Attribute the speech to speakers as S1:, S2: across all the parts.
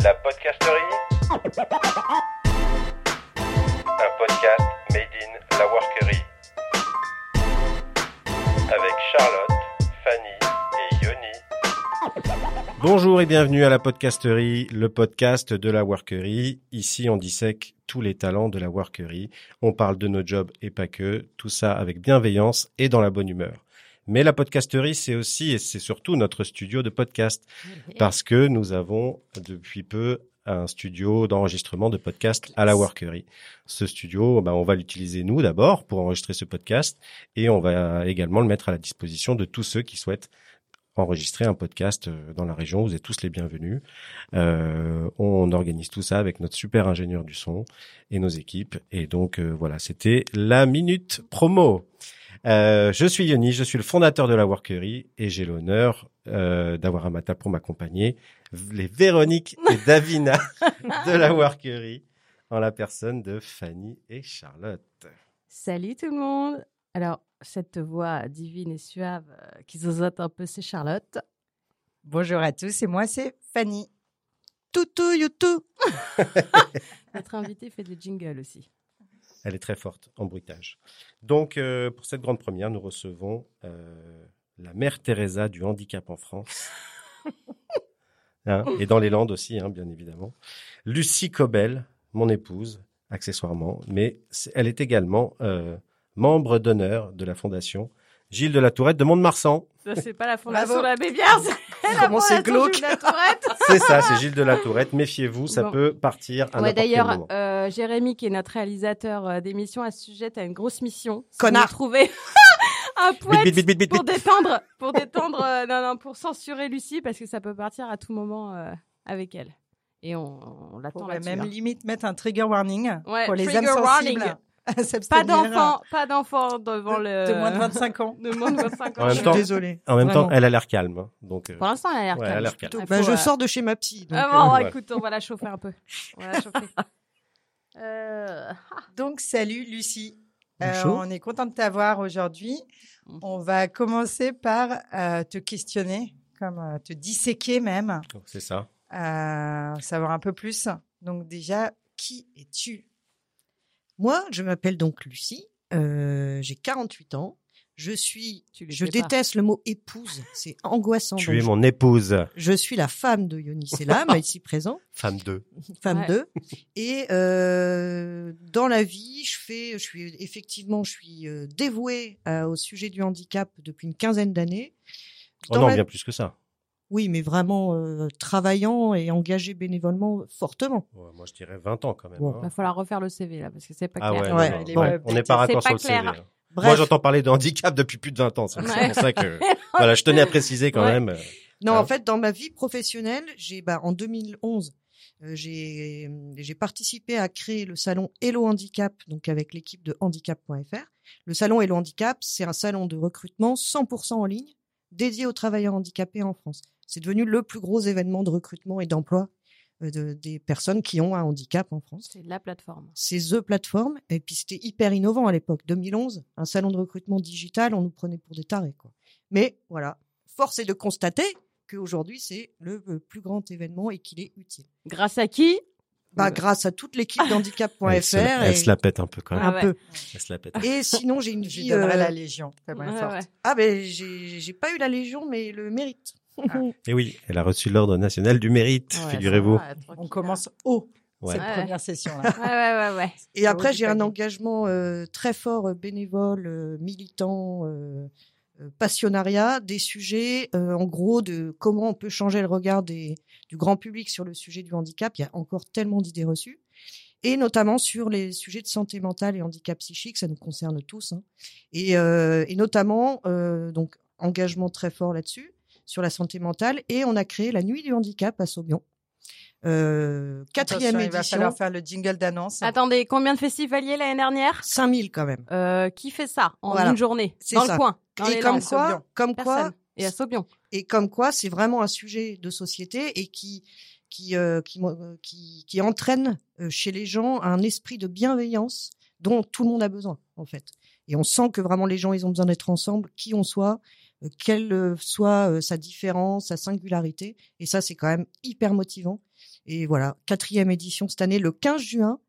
S1: La podcasterie. Un podcast made in la workerie. Avec Charlotte, Fanny et Yoni.
S2: Bonjour et bienvenue à la podcasterie, le podcast de la workerie. Ici, on dissèque tous les talents de la workerie. On parle de nos jobs et pas que, tout ça avec bienveillance et dans la bonne humeur. Mais la podcasterie, c'est aussi et c'est surtout notre studio de podcast parce que nous avons depuis peu un studio d'enregistrement de podcast à la workerie. Ce studio, bah, on va l'utiliser nous d'abord pour enregistrer ce podcast et on va également le mettre à la disposition de tous ceux qui souhaitent enregistrer un podcast euh, dans la région. Vous êtes tous les bienvenus. Euh, on organise tout ça avec notre super ingénieur du son et nos équipes. Et donc euh, voilà, c'était la minute promo. Euh, je suis Yoni, je suis le fondateur de la Workerie et j'ai l'honneur euh, d'avoir à ma table pour m'accompagner les Véronique et Davina de la Workerie en la personne de Fanny et Charlotte.
S3: Salut tout le monde. Alors, cette voix divine et suave euh, qui zozote un peu, c'est Charlotte.
S4: Bonjour à tous, et moi c'est Fanny. Toutou, youtou.
S3: Notre invitée fait des jingles aussi.
S2: Elle est très forte en bruitage. Donc, euh, pour cette grande première, nous recevons euh, la mère Teresa du handicap en France. Hein, et dans les Landes aussi, hein, bien évidemment. Lucie Cobel, mon épouse, accessoirement, mais c'est- elle est également euh, membre d'honneur de la fondation Gilles de la Tourette de Mont-de-Marsan.
S3: Ça, c'est pas la fondation
S4: Bravo.
S3: de la Bébière, c'est la
S4: Comment c'est
S3: fondation
S4: glauque.
S3: Jules de la Tourette.
S2: C'est ça, c'est Gilles de la Tourette. Méfiez-vous, ça
S3: Bon.
S2: peut partir à
S3: Ouais,
S2: n'importe quel
S3: d'ailleurs,
S2: moment.
S3: euh, Jérémy, qui est notre réalisateur euh, d'émission à ce sujet, t'as une grosse mission. C'est
S4: Connard.
S3: de trouver un
S2: Bit,
S3: poète
S2: bit, bit, bit, bit,
S3: pour
S2: bit.
S3: détendre, pour détendre, euh, non, non, pour censurer Lucie, parce que ça peut partir à tout moment euh, avec elle. Et on, on
S4: On
S3: l'attend
S4: pourrait
S3: là-dessus.
S4: même
S3: hein.
S4: limite mettre un trigger warning
S3: Ouais,
S4: pour les
S3: trigger
S4: âmes sensibles.
S3: warning.
S4: à s'abstenir
S3: Pas Euh. d'enfant, pas d'enfant devant le.
S4: de moins de 25 ans.
S3: de moins de 25 ans.
S2: En même
S4: Je suis
S2: temps-
S4: désolée.
S2: En même temps,
S4: Vraiment.
S2: elle a l'air calme. hein. Donc, euh,
S3: Pour l'instant, elle a l'air
S2: Ouais, elle a
S3: calme.
S2: l'air calme.
S3: Il faut,
S4: Bah, je
S3: euh,
S4: sors de chez ma psy. donc,
S3: ah
S4: euh,
S3: bon,
S2: voilà.
S3: écoute, on va la chauffer un peu. On va la chauffer. Euh,
S4: Donc, salut Lucie. Euh,
S2: Bonjour.
S4: on est content de t'avoir aujourd'hui.
S3: Mhm.
S4: On va commencer par euh, te questionner, comme euh, te disséquer même,
S2: c'est ça.
S4: euh, savoir un peu plus. Donc déjà, qui es-tu
S5: Moi, je m'appelle donc Lucie, euh, j'ai 48 ans, je suis,
S3: tu le
S5: je
S3: fais pas.
S5: déteste le mot épouse, c'est angoissant.
S2: Tu
S5: donc
S2: es
S5: je-
S2: mon épouse,
S5: Je suis la femme de Yoni Selam, ici présent,
S2: femme 2.
S5: femme
S3: Ouais.
S5: d'eux. Et euh, dans la vie, je fais, je suis effectivement, je suis euh, dévouée euh, au sujet du handicap depuis une quinzaine d'années.
S2: Oh
S5: Dans
S2: non,
S5: la-
S2: bien plus que ça.
S5: Oui, mais vraiment euh, travaillant et engagé bénévolement fortement.
S2: Ouais, moi, je dirais 20 ans quand même.
S5: Ouais.
S2: hein.
S3: Va falloir refaire le CV là parce que c'est bah, pas
S2: Ah
S3: clair.
S2: ouais,
S5: Ouais,
S2: non,
S4: il est
S2: non,
S4: pas
S2: on n'est pas
S3: updaté.
S2: raccord sur le
S3: C'est pas
S2: CV.
S3: clair.
S2: hein. Moi,
S5: Bref,
S2: j'entends parler de handicap depuis plus de 20 ans. C'est c'est
S3: Ouais.
S2: pour ça que voilà, je tenais à préciser quand
S3: Ouais.
S2: même. euh,
S5: Non,
S2: Ah.
S5: en fait, dans ma vie professionnelle, j'ai bah, en 2011, euh, j'ai j'ai participé à créer le salon Hello Handicap, donc avec l'équipe de handicap.fr. Le salon Hello Handicap, c'est un salon de recrutement 100% en ligne dédié aux travailleurs handicapés en France. C'est devenu le plus gros événement de recrutement et d'emploi euh, de- des personnes qui ont un handicap en France.
S3: C'est la plateforme.
S5: C'est The Platform, et puis c'était hyper innovant à l'époque, 2011, un salon de recrutement digital, on nous prenait pour des tarés. Quoi. Mais voilà, force est de constater qu'aujourd'hui, c'est le euh, plus grand événement et qu'il est utile.
S3: Grâce à qui
S5: Bah,
S3: Ouais.
S5: Grâce à toute l'équipe d'handicap.fr.
S2: elle, se, la- elle se la pète un peu quand même.
S5: un
S3: Ah ouais.
S5: peu.
S2: Elle se la pète.
S5: Et sinon, j'ai une
S4: Je lui
S5: vie...
S4: donnerai
S5: euh,
S4: la Légion. Ça va être
S3: Ouais,
S4: forte.
S3: ouais.
S5: Ah ben, j'ai j'ai pas eu la Légion, mais le mérite.
S2: Et oui, elle a reçu l'ordre national du mérite,
S3: Ouais,
S2: figurez-vous.
S3: ça va, tranquille.
S4: On commence haut
S2: Ouais.
S4: cette
S3: Ouais.
S4: première session. Là.
S3: Ouais, ouais, ouais, ouais.
S5: Et
S4: Ah
S5: après,
S4: oui,
S5: j'ai
S4: pas
S5: un
S4: dit.
S5: engagement euh, très fort euh, bénévole, euh, militant, euh, euh, passionnariat, des sujets, euh, en gros, de comment on peut changer le regard des, du grand public sur le sujet du handicap. Il y a encore tellement d'idées reçues. Et notamment sur les sujets de santé mentale et handicap psychique, ça nous concerne tous. hein. Et, euh, et notamment, euh, donc, engagement très fort là-dessus, sur la santé mentale. Et on a créé la Nuit du handicap à Saubion. Euh, quatrième
S4: Attention, Il va
S5: édition,
S4: falloir faire le jingle d'annonce.
S3: Attendez, combien de festivaliers l'année dernière
S5: 5000 quand même.
S3: Euh, Qui fait ça en
S5: Voilà.
S3: une journée
S5: C'est
S3: dans
S5: ça.
S3: le coin dans
S5: et
S3: les
S5: comme
S3: Landes
S5: quoi, comme quoi,
S3: Personne. Et à Saubion.
S5: et comme quoi, c'est vraiment un sujet de société et qui qui euh, qui, mo- euh, qui qui entraîne euh, chez les gens un esprit de bienveillance dont tout le monde a besoin en fait. Et on sent que vraiment les gens ils ont besoin d'être ensemble, qui on soit, euh, quelle euh, soit euh, sa différence, sa singularité. Et ça c'est quand même hyper motivant. Et voilà, quatrième édition cette année, le 15 juin,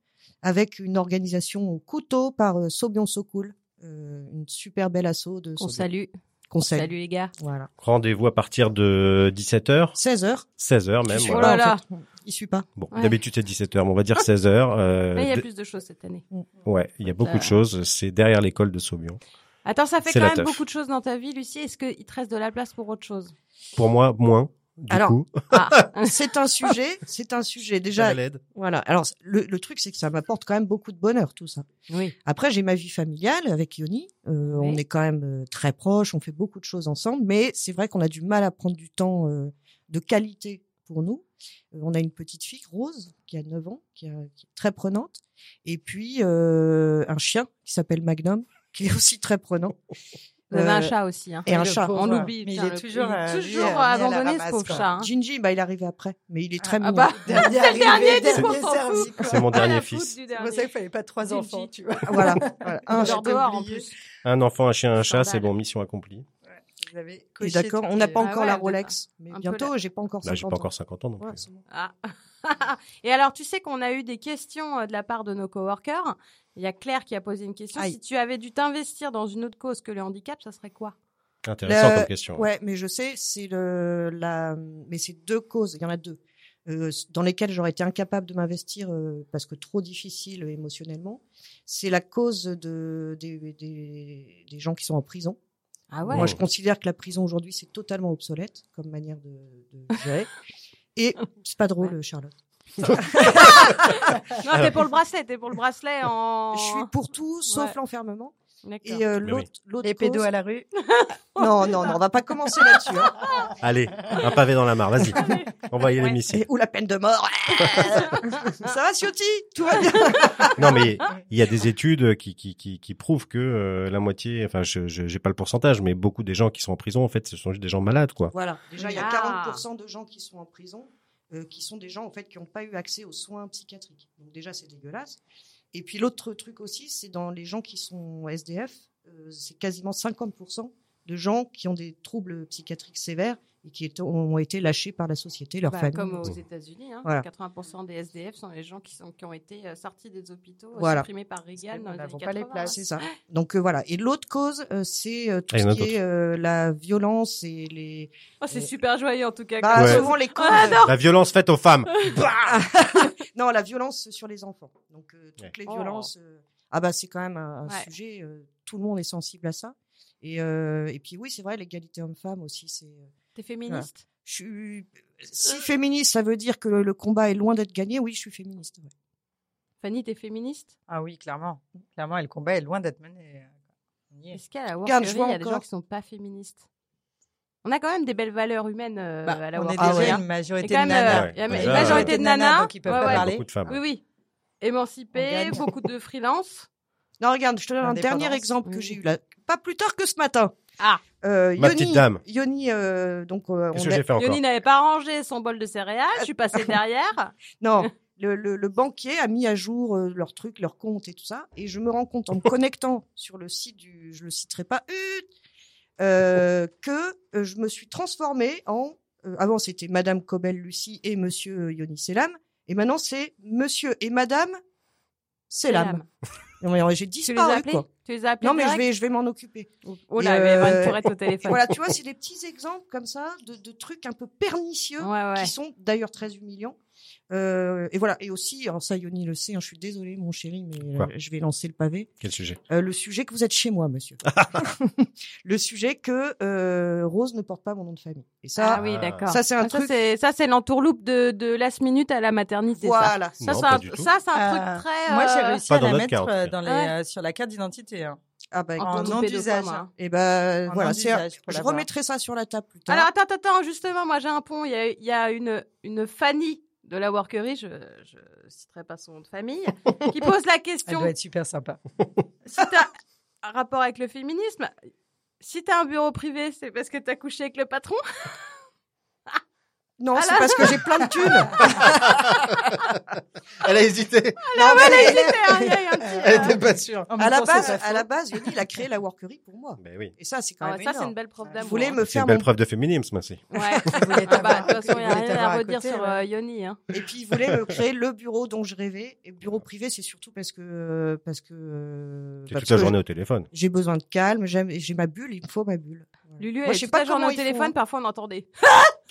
S5: avec une organisation au couteau par euh, Sobion Socool, euh, une super belle asso de
S3: On
S5: Sobion.
S3: salue.
S5: Qu'on salue.
S3: Salut les gars.
S5: Voilà.
S2: Rendez-vous à partir de 17h,
S5: 16 heures.
S2: 16h
S5: Il
S2: même.
S5: suit
S3: Oh
S2: voilà.
S5: pas,
S3: là là.
S5: en fait. Il suit pas.
S2: Bon,
S3: Ouais.
S2: d'habitude c'est 17h, mais on va dire 16h. euh,
S3: Mais il y a
S2: d-
S3: plus de choses cette année.
S2: Ouais, il y a beaucoup
S3: Euh.
S2: de choses. C'est derrière l'école de Saubion.
S3: Attends, ça fait
S2: C'est
S3: quand
S2: la
S3: même
S2: teuf.
S3: beaucoup de choses dans ta vie, Lucie. Est-ce qu'il te reste de la place pour autre chose
S2: Pour moi, moins. Du
S5: Alors,
S2: coup,
S3: Ah,
S5: C'est un sujet, c'est un sujet. Déjà,
S2: l'aide.
S5: voilà. Alors, le, le truc, c'est que ça m'apporte quand même beaucoup de bonheur, tout ça.
S3: oui.
S5: Après, j'ai ma vie familiale avec Yoni. Euh,
S3: Oui.
S5: On est quand même euh, très proches, on fait beaucoup de choses ensemble, mais c'est vrai qu'on a du mal à prendre du temps euh, de qualité pour nous. Euh, on a une petite fille, Rose, qui a 9 ans, qui, a- qui est très prenante, et puis euh, un chien qui s'appelle Magnum, qui est aussi très prenant.
S3: Vous avez un
S5: Euh,
S3: chat aussi. Hein.
S5: Et un
S4: Le
S5: chat.
S4: pauvre,
S3: On
S4: ouais.
S3: l'oublie.
S4: Mais il
S3: putain,
S4: est
S3: le-
S4: toujours, euh, lui,
S3: toujours
S4: euh, lui, à la
S3: abandonné, ce
S4: ramasse,
S3: pauvre
S4: quoi.
S3: chat. hein.
S5: Gingy, bah, il arrive après, mais il est très
S3: Ah
S5: mignon.
S3: bah,
S4: Dernier
S3: le dernier,
S4: arrivé,
S3: donc on
S4: dernier
S3: s'en
S4: servi,
S3: fout.
S4: quoi.
S2: C'est mon
S3: Rien à
S2: dernier
S3: foutre
S2: fils.
S3: du
S4: C'est
S3: dernier.
S4: pour ça qu'il fallait pas trois
S3: Gigi.
S4: enfants, tu vois.
S5: Voilà. voilà.
S3: Il
S5: Un
S3: dort
S5: chat
S3: dehors en
S5: oublié.
S3: plus.
S2: Un enfant, un chien, un chat,
S3: Scandale.
S2: c'est bon, mission accomplie.
S4: Vous avez
S5: Et
S4: coché
S5: D'accord,
S4: toutes
S5: on n'a
S4: les-
S5: pas
S3: Ah
S5: encore
S3: ouais,
S5: la
S3: on est
S5: Rolex, mais
S3: un peu
S5: bientôt, j'ai pas encore
S2: Là, Bah, j'ai
S5: 50
S2: pas
S5: ans.
S2: encore 50 ans non plus.
S5: Ouais, c'est bon.
S3: Ah. Et alors, tu sais qu'on a eu des questions euh, de la part de nos coworkers. Il y a Claire qui a posé une question.
S5: Aïe.
S3: Si tu avais dû t'investir dans une autre cause que le handicap, ça serait quoi
S2: euh, Intéressant
S5: Le-
S2: comme question.
S5: Ouais, mais je sais, c'est le la, mais c'est deux causes. Il y en a deux euh, dans lesquelles j'aurais été incapable de m'investir euh, parce que trop difficile euh, émotionnellement. C'est la cause de des, des, des gens qui sont en prison.
S3: Ah
S2: ouais.
S5: Moi, je considère que la prison aujourd'hui c'est totalement obsolète comme manière de. de gérer. Et c'est pas drôle, Charlotte.
S3: Non, t'es pour le bracelet, t'es pour le bracelet en.
S5: Je suis pour tout sauf
S3: Oh. Ouais.
S5: l'enfermement.
S3: D'accord.
S5: Et euh,
S2: Mais
S5: l'autre, l'autre
S4: Les
S5: cause- Oh, bah,
S4: pédos à la rue.
S5: Non, non, non, on va pas commencer là-dessus. hein.
S2: Allez, un pavé dans la mare, vas-y.
S4: euh,
S2: Envoyez les
S3: Ouais.
S2: missiles.
S5: Et- Ou la peine de mort. Ça va, Ciotti Tout va bien
S2: Non, mais il y a des études qui, qui, qui, qui prouvent que euh, la moitié, enfin, je je- j'ai pas le pourcentage, mais beaucoup des gens qui sont en prison, en fait, ce sont juste des gens malades, quoi.
S5: Voilà. Déjà, il y
S3: Ah.
S5: a 40% de gens qui sont en prison, euh, qui sont des gens en fait qui n'ont pas eu accès aux soins psychiatriques. Donc déjà, c'est dégueulasse. Et puis l'autre truc aussi, c'est dans les gens qui sont SDF, euh, c'est quasiment 50% de gens qui ont des troubles psychiatriques sévères et qui étaient- ont été lâchés par la société, leur
S3: Bah,
S5: famille.
S3: comme aux
S2: Mmh.
S3: États-Unis, hein,
S5: Voilà.
S3: 80% des SDF sont les gens qui, sont, qui ont été euh, sortis des hôpitaux, euh,
S5: Voilà.
S3: supprimés par Reagan
S4: Nous
S3: dans les années
S4: n'avons
S3: 80.
S4: pas les places.
S5: C'est ça. Donc euh, voilà. Et l'autre cause, euh, c'est euh, tout
S2: Ah, il y en
S5: ce
S2: a
S5: qui est euh, la violence et les.
S3: Oh, c'est super joyeux en tout cas.
S5: Bah,
S2: Ouais.
S5: Souvent les causes.
S3: Ah,
S2: La violence faite aux femmes.
S5: Non, la violence sur les enfants. Donc, euh, toutes
S2: Ouais.
S5: les
S3: bah Oh.
S5: violences. euh, ah, bah, c'est quand même un, un
S3: Ouais.
S5: sujet. euh, tout le monde est sensible à ça. Et, euh, et puis, oui, c'est vrai, l'égalité homme-femme aussi, c'est. euh,
S3: T'es féministe
S5: Je suis. Si
S3: Euh.
S5: féministe, ça veut dire que le, le combat est loin d'être gagné. Oui, je suis féministe. ouais.
S3: Fanny, t'es féministe
S4: Ah oui, clairement. Clairement, et le combat est loin d'être mené. On y est.
S3: Est-ce qu'à la
S5: Regarde,
S3: Workerie,
S5: je
S3: il y
S5: vois
S3: a des
S5: encore.
S3: gens qui sont pas féministes On a quand même des belles valeurs humaines euh,
S4: Bah,
S3: à la
S4: on
S3: Workerie.
S4: est déjà
S5: Ah ouais.
S3: hein.
S4: une majorité
S3: Et quand
S4: de
S3: même,
S4: nanas.
S3: euh,
S2: Ouais,
S3: il y a
S2: déjà,
S3: une majorité
S4: euh,
S3: de nanas.
S4: donc ils peuvent
S3: Ouais,
S4: pas
S3: ouais.
S4: parler.
S2: Beaucoup de femmes.
S3: Oui, oui.
S4: On
S3: Émancipées,
S4: gagne.
S3: beaucoup de freelance.
S5: Non, regarde, je te donne un
S4: L'indépendance.
S5: dernier exemple que
S3: Oui.
S5: j'ai eu là. Pas plus tard que ce matin.
S3: Ah.
S5: Euh,
S2: Ma
S5: Yoni-
S2: petite dame.
S5: Yoni, euh, donc, euh,
S2: Qu'est-ce
S5: on
S2: que
S5: a-
S2: j'ai fait encore
S3: Yoni n'avait pas rangé son bol de céréales. Je suis passée derrière.
S5: Non, le, le- le banquier a mis à jour euh, leur truc, leur compte et tout ça. Et je me rends compte en me connectant sur le site du, je le citerai pas, hut, euh, que euh, je me suis transformée en, euh, avant c'était Madame Cobel Lucie et Monsieur euh, Yoni Selam, et maintenant c'est Monsieur et Madame Selam. Non, mais J'ai
S3: Tu les as
S5: disparu
S3: appelés
S5: quoi.
S3: Tu les as appelés
S5: Non mais je
S3: direct
S5: vais, je vais m'en occuper.
S3: Oh là,
S5: Et,
S3: mais Evan
S5: euh,
S3: pourrait être au téléphone.
S5: Voilà, tu vois, c'est des petits exemples comme ça de, de trucs un peu pernicieux
S3: Ouais, ouais.
S5: qui sont d'ailleurs très humiliants. Euh, et voilà. Et aussi, alors ça, Yoni le sait, hein, je suis désolée, mon chéri, mais
S2: Quoi
S5: euh, je vais lancer le pavé.
S2: Quel sujet
S5: Euh, le sujet que vous êtes chez moi, monsieur. le sujet que euh, Rose ne porte pas mon nom de famille. Et ça,
S3: Ah oui, d'accord.
S5: ça c'est un
S3: Ah, ça,
S5: truc.
S3: c'est- Ça, c'est l'entourloupe de, de last minute à la maternité. Ça, Mm.
S5: voilà.
S3: Ça,
S2: Non,
S3: c'est
S2: pas
S3: un,
S2: du tout.
S3: ça, c'est un
S4: Euh,
S3: truc très.
S4: Moi, j'ai
S3: euh,
S4: réussi
S2: Pas
S4: à
S2: dans
S4: la
S2: notre
S4: mettre
S2: cas, en tout
S4: euh,
S2: cas.
S4: dans les,
S3: Ouais.
S4: euh, sur la carte d'identité. hein.
S5: Ah bah,
S3: en
S4: En
S3: tout
S4: nom
S3: pédophile,
S4: d'usage.
S3: moi.
S5: et ben
S4: En
S5: voilà.
S4: nom
S5: c'est un-
S4: d'usage, faut
S5: Je
S4: l'avoir.
S5: remettrai ça sur la table plus tard.
S3: Alors attends, attends, attends, justement, moi j'ai un pont. Il y a, il y a une, une Fanny de la workerie, je ne citerai pas son nom de famille, qui pose la
S4: Elle
S3: question,
S4: doit être super sympa.
S3: si tu as un rapport avec le féminisme, si tu as un bureau privé, c'est parce que tu as couché avec le patron
S5: Non,
S3: Ah
S5: c'est
S3: là
S5: parce que j'ai plein de thunes.
S6: Elle a hésité.
S5: Non, mais-
S3: Voilà, il était, hein, il y a eu un petit,
S6: Elle
S3: euh,
S6: était pas sûre.
S4: En même
S5: à la
S4: temps, c'est
S5: base,
S4: pas faux.
S5: à la base, Yoni, il a créé la workerie pour moi.
S2: Ben oui.
S5: Et ça, c'est quand
S3: Ah ouais,
S5: même
S3: ça, c'est
S5: énorme.
S3: une belle preuve
S5: Il
S3: d'amour. hein.
S5: voulait me
S2: C'est une
S5: faire
S2: belle
S5: mon-
S2: preuve de féminisme, aussi.
S3: Ouais.
S4: Il voulait
S3: Ah bah,
S4: t'avoir,
S3: de toute façon, il
S4: il
S3: n'y a
S4: voulait
S3: rien à
S4: t'avoir à
S3: redire
S4: côté,
S3: sur
S4: ouais.
S3: euh, Yoni. Hein.
S5: Et puis il voulait me créer le bureau dont je rêvais. Et bureau privé, c'est surtout parce que euh, parce que
S2: T'es
S5: parce
S2: toute la
S5: que
S2: journée au téléphone.
S5: J'ai besoin de calme. j'aime- J'ai ma bulle. Il me faut ma bulle. Voilà.
S3: Lulu,
S5: Moi,
S3: elle
S5: je
S3: est
S5: sais
S3: toute
S5: pas
S3: la journée
S5: comment
S3: au
S5: ils font,
S3: téléphone,
S5: hein.
S3: parfois on entendait.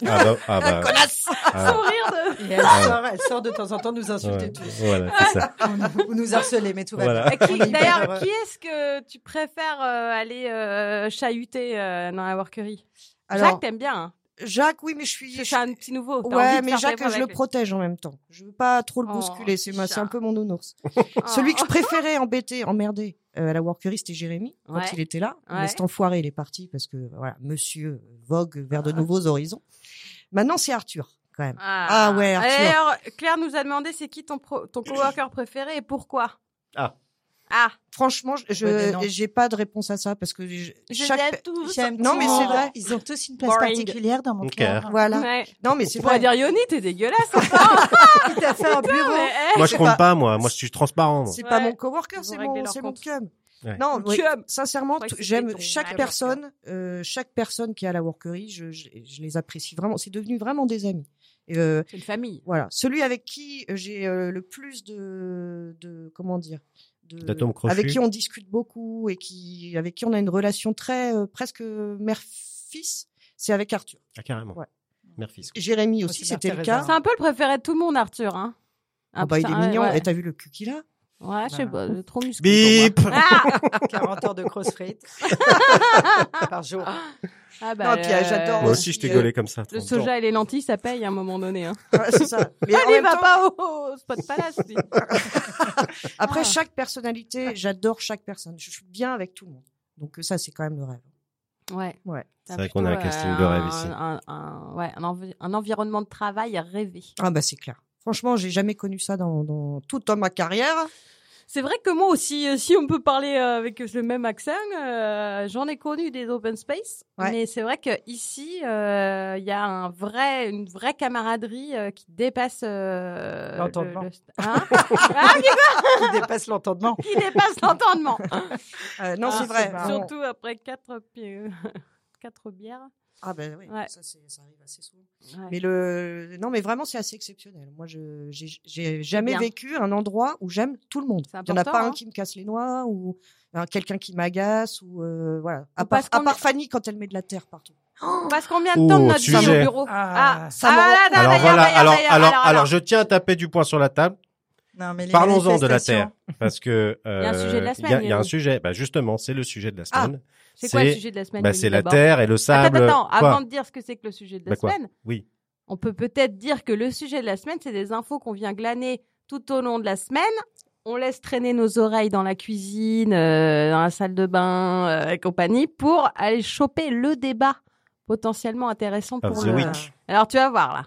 S2: Ah bah, ah bah. ah,
S3: Sourire de...
S4: Et elle sort, elle sort de temps en temps nous
S2: ouais,
S4: insulter tous.
S2: voilà, c'est ça.
S4: Ou nous- Ou nous harceler, mais tout va
S2: Voilà.
S4: bien. On est
S3: Qui-
S4: hyper
S3: D'ailleurs,
S4: heureux.
S3: qui est-ce que tu préfères euh, aller euh, chahuter euh, dans la workerie Jacques,
S5: Alors
S3: t'aimes bien. Hein
S5: Jacques, oui, mais je suis.
S3: Parce que c'est un petit nouveau. t'as envie
S5: Ouais,
S3: de
S5: mais
S3: faire tes
S5: Jacques,
S3: preuves
S5: je le
S3: avec lui.
S5: protège en même temps. Je veux pas trop le
S3: Oh,
S5: bousculer. C'est ma-
S3: petit
S5: c'est un
S3: chat.
S5: peu mon nounours.
S3: Ah.
S5: Celui que je préférais embêter, emmerder euh, à la workerie, c'était Jérémy quand
S3: Ouais.
S5: il était là.
S3: Ouais.
S5: Mais cet enfoiré, il est parti parce que voilà, Monsieur euh, vogue vers
S3: Ah.
S5: de nouveaux horizons. Maintenant, c'est Arthur quand même. Ah ouais, Arthur.
S3: D'ailleurs, Claire nous a demandé c'est qui ton, pro- ton coworker préféré et pourquoi
S2: Ah.
S3: Ah,
S5: Franchement, je-
S4: Ouais, mais non.
S5: je j'ai pas de réponse à ça parce que je-
S3: je les aime
S5: chaque
S3: tous.
S4: J'aime
S5: Non,
S4: tous.
S5: mais c'est vrai.
S4: Ils ont tous une place
S3: Boring.
S4: particulière dans mon
S2: Ok.
S4: cœur.
S5: voilà.
S3: Ouais.
S5: Non, mais c'est
S3: Tu pourrais
S5: vrai.
S3: dire Yoni, t'es dégueulasse. encore.
S5: Il t'a fait un bureau.
S3: mais,
S2: Moi, je
S5: C'est
S2: compte
S5: pas-
S2: pas, moi. Moi, je suis transparent. moi.
S5: C'est pas
S3: Ouais.
S5: mon coworker, c'est
S3: Ils ont réglé
S5: mon,
S3: leur
S5: c'est mon
S3: compte.
S5: cum.
S2: Ouais.
S5: Non, oui,
S3: Cum.
S5: sincèrement,
S3: Je crois que
S5: tout-
S3: c'était
S5: j'aime
S3: ton
S5: chaque
S3: coworker.
S5: personne, euh, chaque personne qui est à la workerie, je, je, je les apprécie vraiment. C'est devenu vraiment des amis. Et, euh,
S3: C'est une famille.
S5: voilà, celui avec qui euh, j'ai euh, le plus de, de comment dire, de-
S2: D'atomes crochus.
S5: avec qui on discute beaucoup et qui, avec qui on a une relation très euh, presque mère-fils, c'est avec Arthur.
S2: Ah, carrément.
S5: Ouais.
S2: Mère-fils.
S5: Jérémy
S4: Moi,
S5: aussi,
S4: c'est
S5: c'était le
S4: Martha
S5: cas.
S3: C'est un peu le préféré de tout le monde, Arthur. Hein.
S5: Ah bah, il est
S3: putain, ouais,
S5: mignon.
S3: Ouais,
S5: Et t'as vu le cul qu'il a
S3: Ouais, je sais pas, il est trop musclé.
S2: Bip
S3: pour moi. Ah,
S4: 40 heures de cross frites par jour.
S3: ah bah,
S5: Non, et puis, euh, j'adore
S2: Moi aussi, je t'ai
S5: euh,
S2: gaulé comme ça.
S3: Le
S2: en même temps.
S3: soja et les lentilles, ça paye à un moment donné. Hein.
S5: Ouais, c'est ça. Mais en
S3: Allez,
S5: même
S3: va
S5: temps-
S3: pas au, au Spot Palace. dis.
S5: Après,
S3: Ah.
S5: chaque personnalité, j'adore chaque personne. Je suis bien avec tout le monde. Donc euh, ça, c'est quand même le rêve.
S3: Ouais.
S5: Ouais.
S3: T'as
S2: C'est vrai qu'on a un
S3: plutôt,
S2: casting
S3: euh,
S2: de rêve ici.
S3: Un, un- un- ouais, un, envi- un environnement de travail rêvé.
S5: Ah bah c'est clair. Franchement, j'ai jamais connu ça dans, dans toute ma carrière.
S3: C'est vrai que moi aussi, euh, si on peut parler euh, avec le même accent, euh, j'en ai connu des open space,
S5: Ouais.
S3: mais c'est vrai que ici, euh, il y a un vrai, une vraie camaraderie euh, qui dépasse euh,
S4: L'entendement.
S3: st- hein Ah, qui-
S4: Qui dépasse l'entendement.
S3: qui dépasse l'entendement.
S5: Euh, non,
S4: Ah,
S5: c'est
S4: c'est
S5: vrai.
S4: marrant.
S5: On-
S3: Surtout après quatre pi- euh, quatre bières.
S5: Ah ben oui,
S3: Ouais.
S5: ça, c'est- ça arrive assez souvent.
S3: Ouais.
S5: Mais le non, mais vraiment, c'est assez exceptionnel. Moi, je j'ai- j'ai jamais
S3: bien.
S5: vécu un endroit où j'aime tout le monde.
S3: C'est
S5: Il y en a
S3: important,
S5: pas un
S3: hein.
S5: qui me casse les noix ou euh, quelqu'un qui m'agace ou euh, voilà. À
S3: Ou
S5: part,
S3: parce
S5: à
S3: qu'on
S5: part
S3: est-
S5: Fanny quand elle met de la terre partout.
S3: On passe combien de temps
S2: Oh,
S3: de notre vie
S2: sujet.
S3: au bureau
S4: Ah.
S5: Ça me-
S3: là, là,
S2: Alors
S3: d'ailleurs,
S2: voilà,
S3: d'ailleurs,
S2: alors,
S3: d'ailleurs,
S2: alors, alors, je tiens à taper du poing sur la table.
S4: Non, mais les
S2: Parlons-en de la
S4: manifestations.
S2: Terre. Parce que, euh,
S3: Il y a un sujet de la
S2: Il y a-
S3: semaine,
S2: il y a un
S3: Yannick.
S2: sujet. Bah, justement, c'est le sujet de la
S5: Ah,
S2: semaine.
S3: c'est quoi le sujet de la semaine
S2: bah,
S3: Julie,
S2: c'est la
S3: d'abord
S2: terre et le sable.
S3: Attends, attends,
S2: Quoi
S3: avant de dire ce que c'est que le sujet de la
S2: Bah, quoi
S3: semaine.
S2: Oui.
S3: On peut peut-être dire que le sujet de la semaine, c'est des infos qu'on vient glaner tout au long de la semaine. On laisse traîner nos oreilles dans la cuisine, euh, dans la salle de bain euh, et compagnie pour aller choper le débat potentiellement intéressant
S2: Of
S3: pour
S2: Ah, the
S3: le...
S2: week.
S3: Alors tu vas voir là.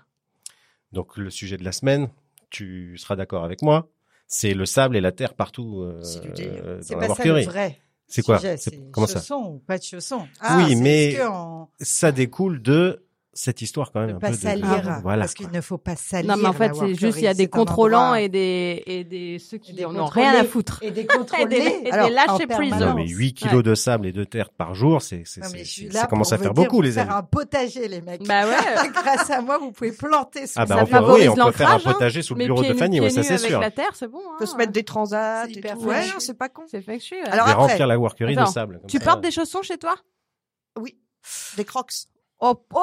S2: Donc, le sujet de la semaine, tu seras d'accord avec moi. C'est le sable et la terre partout euh,
S5: C'est du délire.
S2: euh,
S4: C'est
S2: dans la
S4: pas ça le
S2: workerie.
S4: vrai.
S2: C'est quoi
S4: sujet,
S2: C'est-
S4: c'est
S2: Comment ça
S4: chaussons ou pas de chaussons
S2: Oui,
S4: c'est
S2: mais-
S4: parce que on-
S2: Ça découle de cette histoire quand même.
S4: ne
S2: un
S4: pas
S2: peu de-
S4: salir,
S2: de- Voilà.
S4: parce qu'il ne faut pas salir.
S3: non mais en fait
S4: la
S3: c'est
S4: workerie,
S3: juste il y a des
S4: bah, c'est un
S3: contrôlants
S4: endroit-
S3: et des et des ceux qui
S4: des
S3: en ont rien à
S4: contrôlés.
S3: foutre.
S4: et des
S3: et des- et
S4: contrôlés.
S3: des
S4: Alors, en
S3: lâchés
S4: permanence.
S3: prisons.
S2: Non, mais 8 kilos de sable et de terre par jour, c'est, c'est,
S4: Non, mais
S2: c'est-
S4: je suis
S2: c'est-
S4: là
S2: ça commence
S4: pour
S2: à faire
S4: vous dire,
S2: beaucoup,
S4: vous
S2: les
S4: faire
S2: amis.
S4: un potager, les mecs.
S3: Bah ouais.
S4: Grâce à moi, vous pouvez planter sous
S2: Ah bah
S3: ça
S2: on peut,
S3: favorise
S2: oui, on peut faire un
S3: l'ancrage, hein.
S2: potager sous le
S3: Mais
S2: bureau
S3: pieds
S2: de
S3: nus-
S2: Fanny, ouais,
S3: pieds
S2: ça
S3: nus
S2: c'est
S3: avec
S2: sûr.
S3: la terre, c'est bon.
S5: On
S3: hein.
S5: peut se mettre des transats
S4: C'est
S5: et
S4: hyper
S5: tout. Ouais,
S4: fun.
S5: non, c'est pas con.
S3: C'est fait que je suis.
S5: Alors
S2: Mais
S5: après-
S2: remplir la workerie de
S3: Attends,
S2: sable. comme
S3: Tu
S2: ça.
S3: portes des chaussons chez toi
S5: Oui, des crocs.
S3: Oh, oh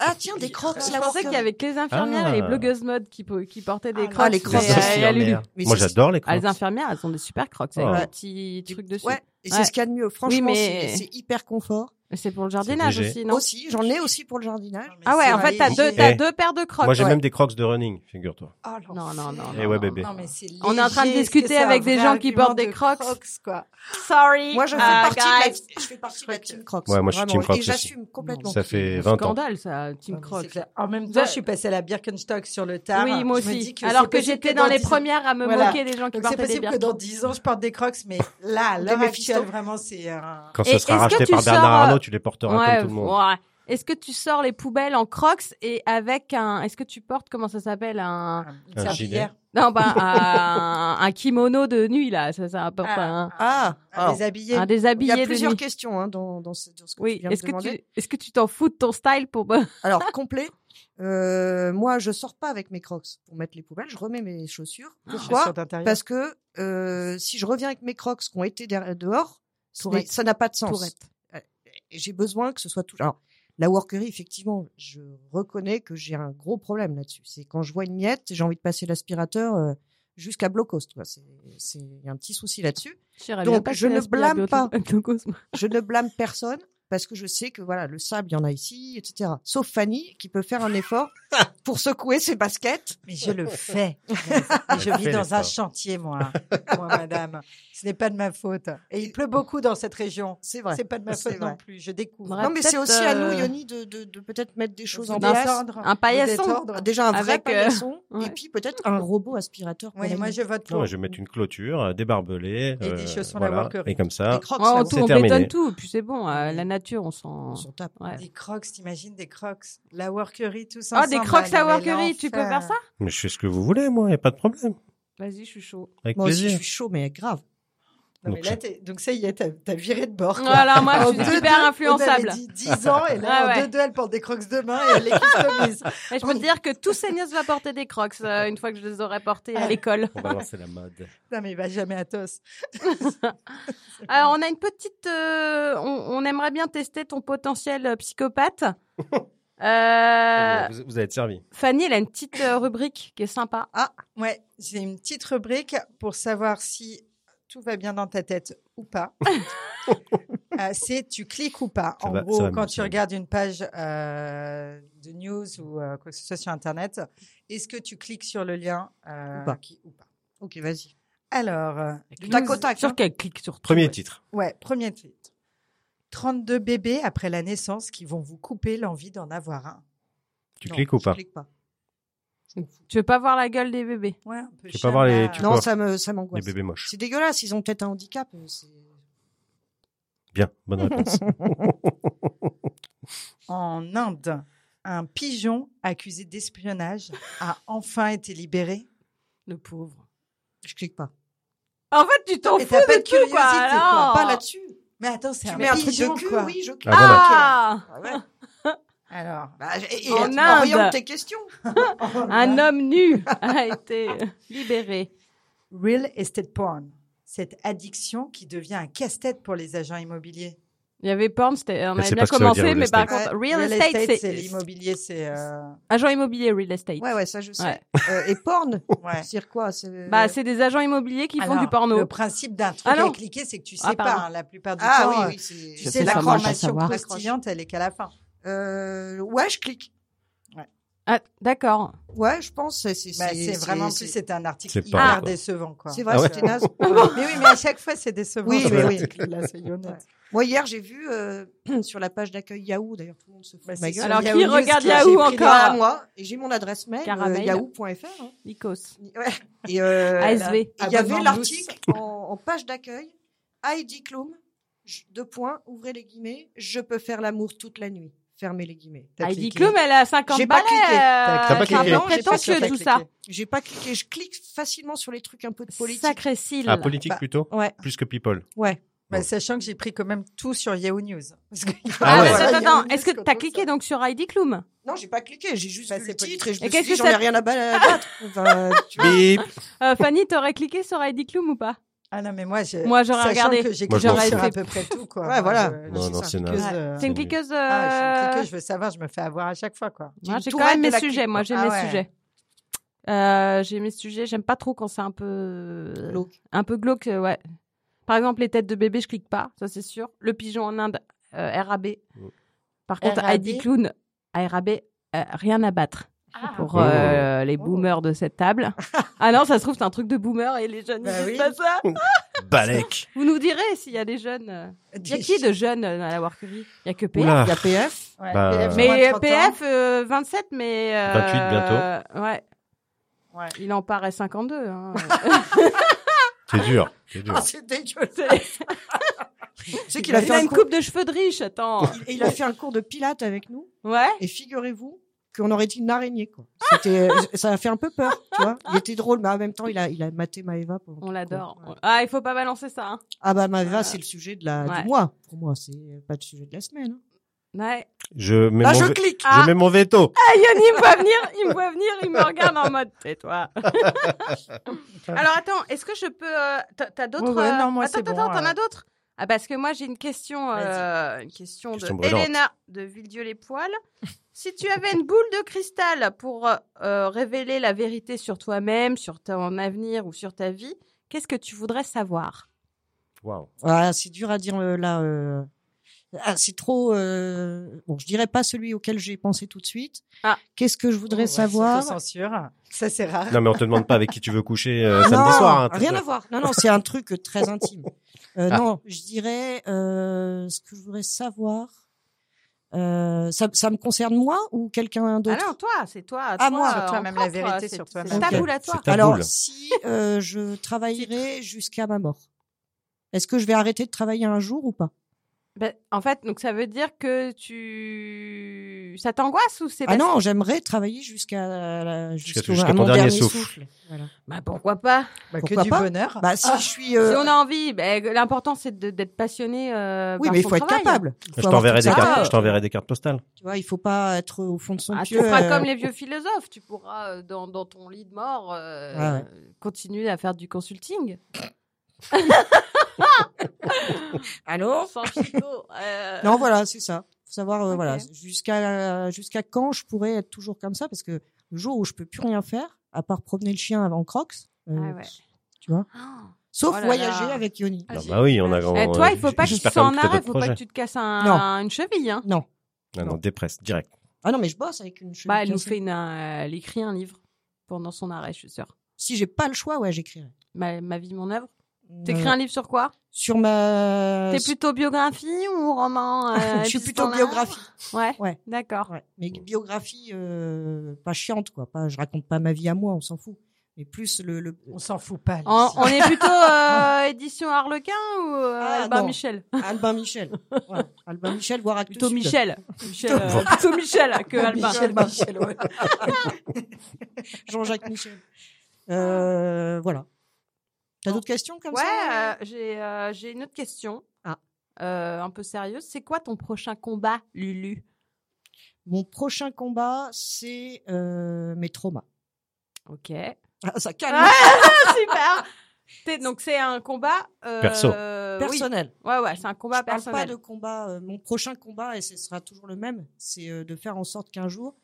S5: Ah tiens, des crocs,
S3: Je
S5: la
S3: pensais
S5: workerie.
S3: qu'il y avait que les infirmières
S2: Ah.
S3: et les blogueuses mode qui, po- qui portaient des
S4: Ah,
S3: crocs.
S5: les
S3: mais,
S5: crocs.
S3: euh,
S5: Les
S3: elle a Lulu.
S5: Mais
S2: Moi
S5: c'est-
S2: j'adore les
S3: Ah, les
S2: crocs.
S3: infirmières, elles ont des super crocs avec
S2: Oh.
S3: des petits trucs dessus.
S5: Ouais, et
S3: Ouais.
S5: c'est ce qu'il y a de mieux. Franchement,
S3: mais-
S5: c'est- c'est hyper confort.
S3: Mais C'est pour le jardinage
S2: léger.
S3: aussi, non
S5: Aussi, j'en ai aussi pour le jardinage.
S3: Ah ouais, en fait, t'as deux, t'as
S2: Eh.
S3: deux paires de crocs.
S2: Moi j'ai
S3: ouais.
S2: même des crocs de running, figure-toi.
S3: Non, non, non.
S2: Eh
S3: non,
S2: ouais,
S3: non.
S2: bébé.
S4: Oh, Non, mais c'est
S3: On est en train de
S4: léger,
S3: discuter
S4: c'est ça,
S3: avec
S4: un
S3: des
S4: vrai
S3: gens qui
S4: argument
S3: portent des
S4: de
S3: crocs.
S4: quoi.
S3: Sorry.
S5: Moi, je fais,
S3: euh,
S5: partie de
S3: guys.
S5: la, je fais partie de la team crocs.
S2: Ah, Ouais, moi, je suis
S5: Vraiment.
S2: team Crocs
S5: Et
S2: aussi.
S5: j'assume complètement.
S2: Ça fait 20 ans.
S3: Scandale, ça, Team
S4: Non, mais c'est
S3: Crocs.
S4: clair. En même
S3: Ça-
S4: temps, je suis passée à la Birkenstock sur le tard.
S3: Bah Oui, moi
S4: Je me
S3: aussi.
S4: dis que
S3: Alors
S4: c'est
S3: que
S4: possible
S3: j'étais dans les
S4: 10
S3: premières à me
S4: Voilà.
S3: moquer des gens qui
S4: Donc
S3: portaient
S4: c'est
S3: des
S4: possible
S3: bières.
S4: que dans 10 ans, je porte des crocs, mais là, à l'heure
S5: Mephisto.
S4: actuelle, vraiment, c'est un...
S2: Quand
S3: Et
S2: ce sera
S3: est-ce que
S2: racheté
S3: tu
S2: par
S3: sors,
S2: Bernard
S3: euh,
S2: Arnault, tu les porteras comme tout le monde.
S3: ouais. Est-ce que tu sors les poubelles en crocs et avec un. Est-ce que tu portes, comment ça s'appelle un...
S4: Une
S2: Un
S4: serpillière.
S3: Non, ben, un, un kimono de nuit, là. Ça, ça apporte un,
S5: Ah,
S4: Un
S5: alors,
S4: déshabillé.
S3: Oh. un
S5: il
S3: déshabillé
S5: y a
S3: de
S5: plusieurs
S3: nuit.
S5: questions hein, dans, dans ce, dans ce que tu
S3: Oui,
S5: viens de
S3: est-ce que
S5: demander.
S3: tu est-ce que tu t'en fous de ton style pour
S5: Alors, complet. Euh, moi, je sors pas avec mes crocs pour mettre les poubelles. Je remets mes chaussures.
S3: Ah,
S5: Pourquoi
S4: Chaussures d'intérieur.
S5: Parce que euh, si je reviens avec mes crocs qui ont été derrière- dehors, ce n'est-
S3: Tourette.
S5: ça n'a pas de sens.
S3: Tourette.
S5: Et J'ai besoin que ce soit tout. Alors, la workerie, effectivement, je reconnais que j'ai un gros problème là-dessus. C'est quand je vois une miette, j'ai envie de passer l'aspirateur euh, jusqu'à Blockhouse. tu vois. C'est c'est- il y a un petit souci là-dessus.
S3: Chère, elle
S5: Donc,
S3: vient pas
S5: je
S3: chez
S5: ne
S3: Aspire
S5: blâme
S3: Biotop-
S5: pas.
S3: Biotocosme.
S5: je ne blâme personne parce que je sais que voilà le sable il y en a ici etc sauf Fanny qui peut faire un effort pour secouer ses baskets
S4: Mais je le fais. Je le fais.
S2: Elle
S4: Et je
S2: fait
S4: vis dans un
S2: l'effort.
S4: chantier, moi. Moi, madame. Ce n'est pas de ma faute. Et il pleut beaucoup dans cette région.
S5: c'est vrai
S4: C'est pas de ma
S5: C'est
S4: faute non
S5: vrai.
S4: plus. Je découvre.
S3: Bref.
S5: non mais c'est
S3: peut-être,
S5: aussi à
S3: euh,
S5: nous Yoni de, de, de peut-être mettre des choses en
S4: Vous
S5: place
S4: descendre,
S3: Un
S4: vous
S3: paillasson.
S4: détendre.
S5: déjà un vrai
S3: Avec, euh,
S5: paillasson
S3: ouais.
S5: et puis peut-être un robot aspirateur
S4: Oui,
S5: qu'on a
S4: moi
S5: mis.
S4: je vote
S2: Non,
S4: pour.
S2: mais je vais mettre une clôture, euh, des barbelés.
S4: Et des chaussons à la workerie.
S2: Et comme
S5: Les
S2: ça,
S5: crocs,
S3: Ouais, Ah, on,
S5: là,
S3: Oh, tout,
S2: c'est
S3: on
S2: terminé.
S3: bétonne tout, puis c'est bon, euh, la nature, on s'en...
S5: on s'en tape.
S3: Ouais.
S4: Des crocs, t'imagines des crocs. La workerie, tout ça.
S3: Ah, des crocs à workerie, tu peux faire ça
S2: mais je fais ce que vous voulez, moi, il n'y a pas de problème.
S3: Vas-y, je suis chaud.
S2: Avec
S5: moi aussi je
S2: plaisir.
S5: suis chaud mais grave
S4: Non, mais
S2: Donc,
S4: là, t'es- donc ça y est, t'as t'as viré de bord. quoi.
S3: Voilà, moi,
S4: En
S3: je suis
S4: deux-deux,
S3: hyper influençable.
S4: On avait dit 10 ans, et là,
S3: Ah ouais.
S4: en 2-2, elle porte des crocs demain
S5: Ah,
S4: et elle les customise.
S3: Mais je peux te dire que tout Seigneuse va porter des crocs euh, une fois que je les aurai portés à l'école.
S2: On va lancer la mode.
S4: non, mais il va jamais à Tos.
S3: Alors, on a une petite... euh, on, on aimerait bien tester ton potentiel euh, psychopathe. Euh,
S2: Vous, vous êtes servi.
S3: Fanny, elle a une petite euh, rubrique qui est sympa.
S4: Ouais, j'ai une petite rubrique pour savoir si tout va bien dans ta tête ou pas. Euh, c'est tu cliques ou pas.
S2: Ça
S4: en
S2: va- ça
S4: gros,
S2: va mieux,
S4: quand
S2: ça
S4: tu
S2: va
S4: regardes une page euh, de news ou euh, quoi que ce soit sur Internet, est-ce que tu cliques sur le lien euh,
S5: Ou pas.
S4: qui- ou pas
S5: ok vas-y
S4: Alors, euh,
S5: tac au tac
S3: Sur quel clic sur tout,
S2: Premier
S3: ouais.
S2: titre.
S4: ouais, premier tweet. 32 bébés après la naissance qui vont vous couper l'envie d'en avoir un.
S2: Tu
S5: Non,
S2: cliques ou
S5: je
S2: pas
S5: clique pas
S3: Tu veux pas voir la gueule des bébés
S4: Ouais, un peu
S2: Tu peux avoir les-
S4: Shanna.
S2: tu
S5: non
S2: peux-
S5: ça me ça
S2: Les
S5: m'angoisse
S2: bébés moches.
S5: c'est dégueulasse ils ont peut-être un handicap euh, c'est-
S2: Bien, bonne réponse.
S4: En Inde, un pigeon accusé d'espionnage a enfin été libéré.
S3: Le pauvre.
S5: je clique pas
S3: En fait, tu t'en
S4: Et
S3: fous
S4: t'as pas
S3: de
S4: de
S3: tout, quoi,
S4: curiosité, quoi.
S3: alors.
S5: pas là-dessus
S4: Mais attends, c'est
S5: tu
S4: un,
S5: mets un truc
S4: pigeon,
S5: de cul
S4: quoi.
S5: oui je clique
S2: Ah, voilà.
S3: Ah
S5: Ah ouais.
S4: Alors,
S5: Bah, et, et,
S3: En
S5: tu
S3: Inde.
S5: orientes tes questions.
S3: Oh Un homme nu a été libéré.
S4: real estate porn, cette addiction qui devient un casse-tête pour les agents immobiliers.
S3: Il y avait porn, c'était, on
S2: Elle
S3: avait
S2: sait
S3: bien
S2: pas ce que ça veut dire,
S3: commencé,
S2: real
S3: mais par
S2: estate.
S3: contre, real, estate, c'est,
S4: l'immobilier, c'est euh,
S3: agent immobilier, real estate.
S5: Ouais, ouais, ça je sais.
S3: Ouais.
S5: Euh, et porn,
S4: ouais.
S5: c'est quoi c'est-
S3: Bah, c'est des agents immobiliers qui font
S4: Alors,
S3: du porno.
S4: Le principe d'un truc
S3: Ah non.
S4: à cliquer, c'est que tu sais
S3: Ah,
S4: pas
S3: pardon.
S4: hein, la plupart du
S5: Ah
S4: temps.
S5: oui,
S4: euh,
S5: oui, c'est.
S4: Tu
S3: fais ça,
S4: sais,
S3: moi, je veux
S4: l'information
S3: savoir.
S4: croustillante, elle est qu'à la fin.
S5: Euh, ouais, je clique.
S3: Ah, d'accord.
S5: Ouais, je pense. C'est c'est-
S4: Bah, C'est
S5: c'est-
S4: vraiment
S5: c'est-
S4: plus, c'était un article
S2: C'est pas
S4: hyper
S2: vrai, quoi.
S4: décevant, quoi.
S5: C'est vrai,
S2: Ah ouais.
S5: c'était naze.
S4: Mais oui, mais à chaque fois, c'est décevant.
S5: Oui,
S4: cet
S5: mais oui.
S4: article-là, soyons honnêtes.
S5: Ouais. Moi hier, j'ai vu euh, sur la page d'accueil Yahoo. D'ailleurs, tout le monde se fout
S4: Bah,
S5: de ma
S4: c'est sur
S5: gueule.
S3: Alors, qui
S4: Yahoo News
S3: regarde
S4: que
S3: Yahoo
S4: j'ai
S5: J'ai
S4: pris
S5: pris
S3: encore
S5: là, moi et j'ai mon adresse mail
S3: Caramel. Ah,
S5: euh, yahoo.fr. hein.
S3: Nikos.
S5: Ouais. Et euh,
S3: ASV.
S5: et il y avait
S4: Abonnement
S5: l'article en, en page d'accueil. Heidi Klum, je- deux points, ouvrez les guillemets. Je peux faire l'amour toute la nuit. Fermez les guillemets.
S4: T'as
S3: Heidi
S4: cliqué.
S3: Klum, elle a 50
S5: J'ai
S3: balais.
S5: pas cliqué.
S3: euh,
S2: T'as pas
S3: c'est un
S2: cliqué.
S3: peu
S2: Non,
S5: j'ai pas
S3: prétentieux,
S5: cliqué.
S3: tout ça.
S5: J'ai pas cliqué. Je clique facilement sur les trucs un peu de politique.
S3: Sacré cils.
S2: Ah, politique
S5: Bah,
S2: plutôt
S5: ouais.
S2: Plus que people.
S5: Ouais.
S4: Bah,
S2: Bon.
S4: sachant que j'ai pris quand même tout sur Yahoo News. Parce que-
S2: Ah
S3: Ah,
S2: ouais.
S3: mais
S4: Voilà,
S3: attends,
S4: Yahoo
S3: attends,
S4: News,
S3: est-ce que
S4: quand
S3: t'as
S4: on
S3: cliqué
S4: sort.
S3: donc sur Heidi Klum
S5: Non, j'ai pas cliqué. J'ai juste
S4: Bah,
S5: vu
S4: c'est
S5: le
S4: politique.
S5: titre et je
S3: Et
S5: me suis
S3: qu'est-ce
S5: dit,
S3: que
S5: j'en
S3: ça-
S5: ai rien à ba- à battre. Enfin, tu vois.
S2: Bip
S3: euh, Fanny, t'aurais cliqué sur Heidi Klum ou pas
S4: Ah non, mais moi, j'ai-
S3: Moi, j'aurais
S4: sachant
S3: regardé.
S4: que j'ai
S2: Moi, je m'en
S4: cliqué sur
S3: fous.
S4: à peu près tout, quoi.
S5: Ouais, voilà.
S4: Moi, je-
S2: Non,
S4: je suis
S2: non,
S4: sur
S2: c'est
S4: une
S2: naze.
S4: cliqueuse,
S3: Ouais,
S4: euh,
S3: C'est une
S2: C'est nul.
S3: cliqueuse.
S4: Ah, je suis une
S3: euh,
S4: cliqueuse, je veux savoir, je me fais avoir à chaque fois, quoi.
S3: Moi,
S5: Une
S3: j'ai quand
S5: tourelle
S3: même
S5: de
S3: mes
S5: la
S3: sujets.
S5: clique,
S3: Moi,
S5: quoi.
S3: j'ai
S4: Ah
S3: mes
S4: ouais.
S3: sujets. Euh, j'ai mes sujets. J'aime pas trop quand c'est un peu
S5: Glauque.
S3: un peu glauque, euh, ouais. Par exemple, les têtes de bébé, je clique pas, ça c'est sûr. Le pigeon en Inde, euh, RAB. Par contre,
S4: RAB.
S3: Heidi Clown, à RAB, euh, rien à battre pour
S2: Oh.
S3: euh, les
S4: Oh.
S3: boomers de cette table. ah non, ça se trouve c'est un truc de boomer et les jeunes ils
S4: Bah
S3: disent
S4: oui.
S3: pas ça.
S2: Balek
S3: Vous nous direz s'il y a des jeunes. euh. Il y a qui de jeunes euh, dans la workerie Il y a que PF.
S2: Oula
S5: Il y a PF.
S4: Ouais,
S2: Bah,
S4: PF, moins de
S3: Mais
S4: 30 ans.
S3: PF euh, 27, mais euh,
S2: 28 bientôt.
S3: Ouais.
S4: Ouais.
S3: Il en paraît 52. Hein.
S2: C'est dur. C'est dur.
S5: Ah, c'est dégueulasse.
S3: C'est-
S5: sais qu'il
S3: Il a,
S5: a fait un
S3: une
S5: cours,
S3: coupe de cheveux de riche, attends.
S5: et il a fait un cours de pilates avec nous.
S3: Ouais.
S5: Et figurez-vous qu'on aurait dit une araignée, quoi. C'était, ça a fait un peu peur, tu vois. Il était drôle, mais en même temps, il a, il a maté Maeva. pendant tout
S3: On
S5: le
S3: l'adore.
S5: cours.
S3: Ah, il faut pas balancer ça. hein.
S5: Ah bah Maeva, c'est le sujet de la,
S3: Ouais.
S5: du mois. Pour moi, c'est pas le sujet de la semaine. hein.
S3: Ouais.
S2: Je mets,
S4: Bah,
S5: Là,
S2: mon,
S5: je
S2: ve-
S5: clique.
S3: Ah.
S2: je mets mon veto.
S3: Ah, Yoni, il me voit venir, il me voit venir, il me regarde en mode tais-toi. Alors attends, est-ce que je peux. euh, t'as- T'as d'autres.
S4: Ouais, ouais,
S3: euh,
S4: non, moi,
S3: attends,
S4: c'est bon,
S3: attends, t'en
S4: euh.
S3: as d'autres ah, Parce que moi j'ai une question, euh, une question de
S2: Question brûlante.
S3: Elena de Villedieu les Poils. si tu avais une boule de cristal pour euh, révéler la vérité sur toi-même, sur ton avenir ou sur ta vie, qu'est-ce que tu voudrais savoir
S2: Waouh.
S5: Ah, c'est dur à dire euh, là. euh. Ah, c'est trop. euh, Bon, je dirais pas celui auquel j'ai pensé tout de suite.
S3: Ah.
S5: Qu'est-ce que je voudrais savoir
S4: Censure. Ça, c'est rare.
S2: Non, mais on te demande pas avec qui tu veux coucher euh, samedi
S5: Ah Non,
S2: soir. hein. Ah.
S5: rien à voir. Non, non, c'est un truc euh, très intime. Euh, Non, je dirais euh, ce que je voudrais savoir. Euh, ça, ça me concerne moi ou quelqu'un
S3: Ah
S5: d'autre
S3: non, toi, c'est toi.
S5: Ah, moi.
S4: Sur
S3: euh,
S4: toi-même, la
S3: en propre,
S4: vérité
S3: c'est-
S4: sur
S3: c'est
S4: toi-même.
S3: ta
S5: Ok.
S3: boule à toi.
S2: C'est ta
S5: Alors,
S2: boule.
S5: si euh, je travaillerai jusqu'à ma mort, est-ce que je vais arrêter de travailler un jour ou pas
S3: Ben, en fait, donc ça veut dire que tu. Ça t'angoisse ou Eh ben, c'est
S5: Ah
S3: parce-
S5: non, j'aimerais travailler jusqu'à la-
S2: Jusqu'à-
S5: jusqu'au-
S2: jusqu'à
S5: à
S2: ton
S5: mon
S2: dernier
S5: dernier
S2: souffle.
S5: souffle. Voilà.
S3: Bah, pourquoi pas
S4: Bah, que
S5: Pourquoi
S4: du
S5: pas
S4: bonheur.
S5: Bah, si je suis.
S3: Ah, Si
S5: euh,
S3: on a envie, ben, l'important c'est de- d'être passionné. euh,
S5: Oui,
S3: par
S5: mais il
S3: son
S5: faut être
S3: travail.
S5: capable. Il faut
S2: Je
S5: avoir
S2: t'enverrai
S5: toute
S2: des
S5: sa
S3: ça.
S2: cartes.
S5: tête.
S2: Je t'enverrai des cartes postales.
S5: Tu vois, il faut pas être au fond de son
S3: Ah, tu
S5: pieu.
S3: feras
S5: euh,
S3: comme les vieux philosophes, tu pourras euh, dans, dans ton lit de mort euh,
S5: Ah ouais.
S3: euh, continuer à faire du consulting.
S5: Allô
S3: Sans chico, euh,
S5: Non, voilà, c'est ça. Faut savoir, euh,
S3: Ok.
S5: voilà, jusqu'à jusqu'à quand je pourrais être toujours comme ça, parce que le jour où je peux plus rien faire, à part promener le chien avant Crocs, euh,
S3: Ah ouais.
S5: tu vois,
S3: Oh,
S5: sauf
S3: Oh là
S5: voyager
S3: là.
S5: avec Yoni.
S3: Ah,
S2: Non,
S3: j'ai-
S2: bah oui, on a.
S3: Eh,
S2: on-
S3: toi, il faut pas que tu
S2: j'espère
S3: sois
S2: quand
S3: en
S2: même que t'as
S3: arrêt,
S2: d'autres
S3: faut pas
S2: projets.
S3: que tu te casses un-
S5: Non.
S3: une cheville. Hein.
S5: Non,
S2: Non, non, dépresse, direct.
S5: ah non, mais je bosse avec une cheville
S3: Bah, elle nous
S5: cassée.
S3: fait une, euh, elle écrit un livre pendant son arrêt, je suis sûre.
S5: Si j'ai pas le choix, ouais, j'écrirai.
S3: Ma, ma vie, mon œuvre.
S5: Euh,
S3: T'écris un livre sur quoi
S5: sur ma.
S3: T'es plutôt biographie ou roman euh,
S5: Euh, je suis plutôt
S3: épistolaire
S5: biographie.
S3: Ouais.
S5: Ouais.
S3: D'accord.
S5: Ouais, mais une biographie euh, pas chiante quoi. Pas, je raconte pas ma vie à moi, on s'en fout. Mais plus le, le-
S4: On s'en fout pas. Lucie.
S3: On, on est plutôt euh, édition Harlequin ou euh,
S5: Ah,
S3: Albin
S5: non.
S3: Michel
S5: Albin Michel. Ouais, Albin Michel, voire Actes
S3: Plutôt
S5: Sud.
S3: Michel. Michel euh, plutôt Michel que Albin.
S5: Michel, bah, Michel, ouais. Jean-Jacques Michel. Euh, voilà. T'as d'autres questions comme
S3: Ouais,
S5: ça
S3: euh, j'ai euh, j'ai une autre question.
S5: Ah.
S3: Euh, un peu sérieuse. C'est quoi ton prochain combat, Lulu
S5: Mon prochain combat, c'est euh, mes traumas.
S3: Ok.
S5: Ah, ça calme.
S3: Ah, super. T'es- Donc c'est un combat euh,
S2: Perso.
S3: oui.
S5: personnel.
S3: Ouais, ouais, c'est un combat
S5: Je parle pas
S3: personnel.
S5: de combat. euh, mon prochain combat, et ce sera toujours le même, c'est euh, de faire en sorte qu'un jour,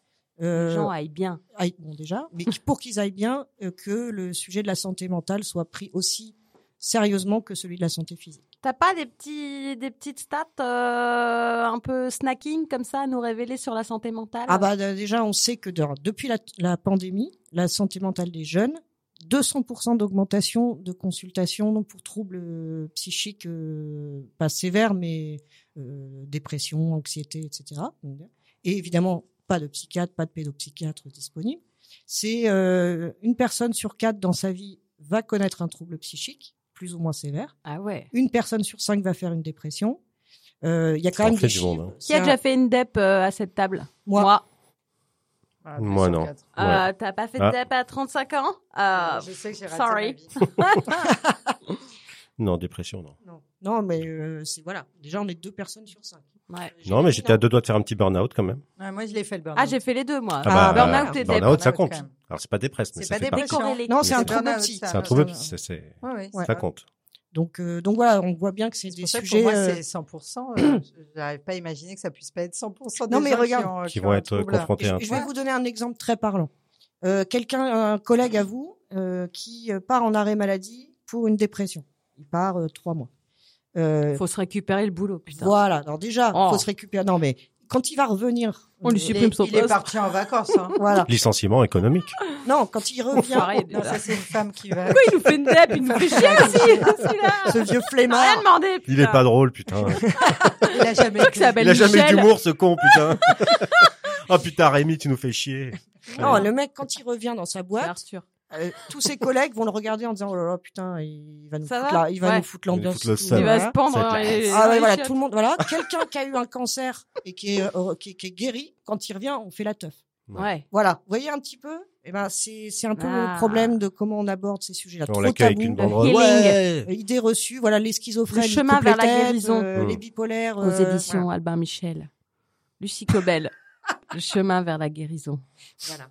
S5: euh,
S3: Les gens aillent bien.
S5: aillent- bon déjà, mais que- pour qu'ils aillent bien, euh, que le sujet de la santé mentale soit pris aussi sérieusement que celui de la santé physique.
S3: T'as pas des petits des petites stats euh, un peu snacking comme ça à nous révéler sur la santé mentale
S5: Ah bah d- déjà, on sait que de- depuis la, la pandémie, la santé mentale des jeunes, 200% d'augmentation de consultations pour troubles euh, psychiques, euh, pas sévères, mais euh, dépression, anxiété, etc. Et évidemment, pas de psychiatre, pas de pédopsychiatre disponible. C'est euh, une personne sur quatre dans sa vie va connaître un trouble psychique, plus ou moins sévère.
S3: Ah ouais.
S5: Une personne sur cinq va faire une dépression. Euh, Il y a quand
S2: Ça en
S5: même
S2: fait
S5: des
S2: du
S5: chiffres.
S2: monde, hein.
S3: Qui a
S5: C'est
S3: déjà
S5: un-
S3: fait une DEP euh, à cette table
S5: Moi.
S4: Ah,
S2: Moi,
S4: 204.
S2: non.
S3: Euh,
S2: Ouais.
S3: T'as pas fait
S2: Ah.
S3: de DEP à 35 ans Euh,
S4: je sais que j'ai raté
S3: sorry.
S4: ma vie.
S2: Non, dépression, non.
S5: Non, non mais euh, c'est voilà. Déjà, on est deux personnes sur cinq.
S3: ouais.
S2: Non, mais j'étais à deux doigts de faire un petit burn-out quand même.
S4: Ouais, moi, je l'ai fait le burn
S3: Ah, j'ai fait les deux, moi.
S5: Ah bah,
S3: Burnout
S4: burn-out,
S3: et
S2: burn-out,
S3: DEP.
S2: ça
S4: burn-out,
S2: compte.
S4: quand même.
S2: Alors, c'est pas dépresse, mais
S4: C'est
S2: ça
S4: pas
S2: fait partie.
S4: dépression.
S3: Décorrélé.
S5: Non, c'est un
S4: C'est
S5: trouble
S4: burn-out,
S5: psy.
S4: ça.
S2: C'est un trouble, c'est, c'est-
S4: Ouais, ouais.
S5: Ouais.
S2: ça compte.
S5: Donc, euh, donc voilà, on voit bien que c'est
S4: C'est
S5: des
S4: pour ça que
S5: sujets.
S4: pour moi,
S5: euh,
S4: c'est 100%. euh, J'arrive pas à imaginer que ça puisse pas être 100% des
S5: Non, mais
S4: gens
S5: regarde.
S4: qui, ont, euh,
S2: Qui
S4: qui
S2: vont
S4: ont un
S2: être
S4: trouble.
S2: confrontés
S5: je,
S2: à un
S5: je
S4: truc.
S5: vais vous donner un exemple très parlant. Euh, Quelqu'un, un collègue à vous, euh, qui euh, part en arrêt maladie pour une dépression. Il part euh, trois mois. Euh,
S3: Faut se récupérer le boulot, putain.
S5: voilà. Alors déjà,
S3: Oh.
S5: faut se récupérer. Non, mais quand il va revenir,
S3: On lui
S5: euh,
S4: Il
S3: supprime
S4: est,
S3: son
S4: il est
S3: poste.
S4: parti en vacances. Hein.
S5: Voilà.
S2: Licenciement économique.
S5: Non, quand il
S3: Enfoiré,
S5: revient,
S4: non, ça, c'est une femme qui va.
S3: Pourquoi il nous fait une DEP Il nous fait chier aussi,
S5: ce
S3: celui-là.
S5: vieux
S3: On a rien
S5: flemmard.
S3: demandé.
S2: Il est
S3: putain.
S2: pas drôle, putain.
S4: Il a jamais
S3: Toi que ça
S4: été-
S3: s'appelle
S2: Il a jamais eu
S3: Michel.
S2: d'humour, ce con, putain. Ah putain, Rémi, tu nous fais chier.
S5: Oh, Non, le mec quand il revient dans sa
S3: C'est
S5: boîte,
S3: Arthur.
S5: Euh, tous ses collègues vont le regarder en disant oh là là putain il va nous
S3: Ça
S5: foutre
S3: va
S5: la- il va
S3: Ouais.
S5: nous foutre
S2: Il va nous
S5: l'ambiance
S2: foutre le
S5: et tout,
S2: seum.
S3: Il
S5: voilà.
S3: va se pendre.
S2: Ça
S3: hein,
S2: claque.
S3: et-
S5: Ah ouais, voilà,
S3: Richard.
S5: tout le monde, voilà, quelqu'un qui a eu un cancer et qui est, euh, qui, qui est guéri, quand il revient, on fait la teuf.
S3: Ouais.
S5: Voilà, vous voyez un petit peu Eh ben, c'est c'est un peu
S3: Ah.
S5: le problème de comment on aborde ces sujets-là.
S2: On
S5: Trop
S2: l'accueille avec
S5: tabou.
S2: une banderole.
S3: healing.
S2: Ouais.
S5: Euh, Idées reçues, voilà, les schizophrènes,
S3: Le
S5: ils
S3: chemin vers la
S5: complètent,
S3: guérison.
S5: euh,
S2: Mm.
S5: les bipolaires.
S3: Aux
S5: euh,
S3: éditions Albin Michel. Lucie Cobel. Le chemin vers la guérison.
S5: Voilà.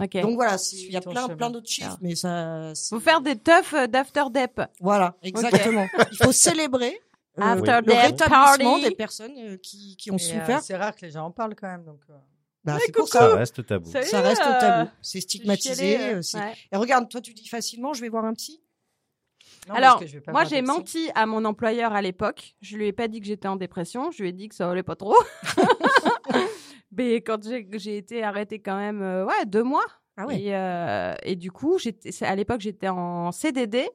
S3: Ok.
S5: voilà. Donc voilà, c'est- il y
S4: Suis
S5: a
S4: ton
S5: plein,
S4: chemin.
S5: plein d'autres chiffres,
S3: Alors.
S5: mais ça. c'est-
S3: vous Ah. faire des teufs euh, d'after dep.
S5: Voilà, exactement. Il faut célébrer euh,
S3: After
S5: le
S3: death
S5: rétablissement
S3: party.
S5: des personnes euh, qui, qui ont
S4: Et, euh,
S5: souffert.
S4: c'est rare que les gens en parlent quand même. Donc, euh,
S5: Bah,
S3: Mais
S5: c'est pour
S3: coucou.
S5: ça.
S2: Ça reste tabou.
S3: Ça-
S5: Ça reste au tabou.
S3: Euh,
S5: C'est stigmatisé.
S3: Chialer, euh,
S5: euh, c'est-
S3: ouais.
S5: Et regarde, toi, tu dis facilement, je vais voir un psy.
S4: non,
S3: Alors,
S4: parce que je vais pas
S3: moi,
S4: voir
S3: j'ai
S4: de psy.
S3: menti à mon employeur à l'époque. Je lui ai pas dit que j'étais en dépression. Je lui ai dit que ça allait pas trop. Mais quand j'ai j'ai été arrêtée quand même, euh, ouais, deux mois.
S5: Ah
S3: Et, euh, et du coup, j'étais- c'est- à l'époque, j'étais en CDD.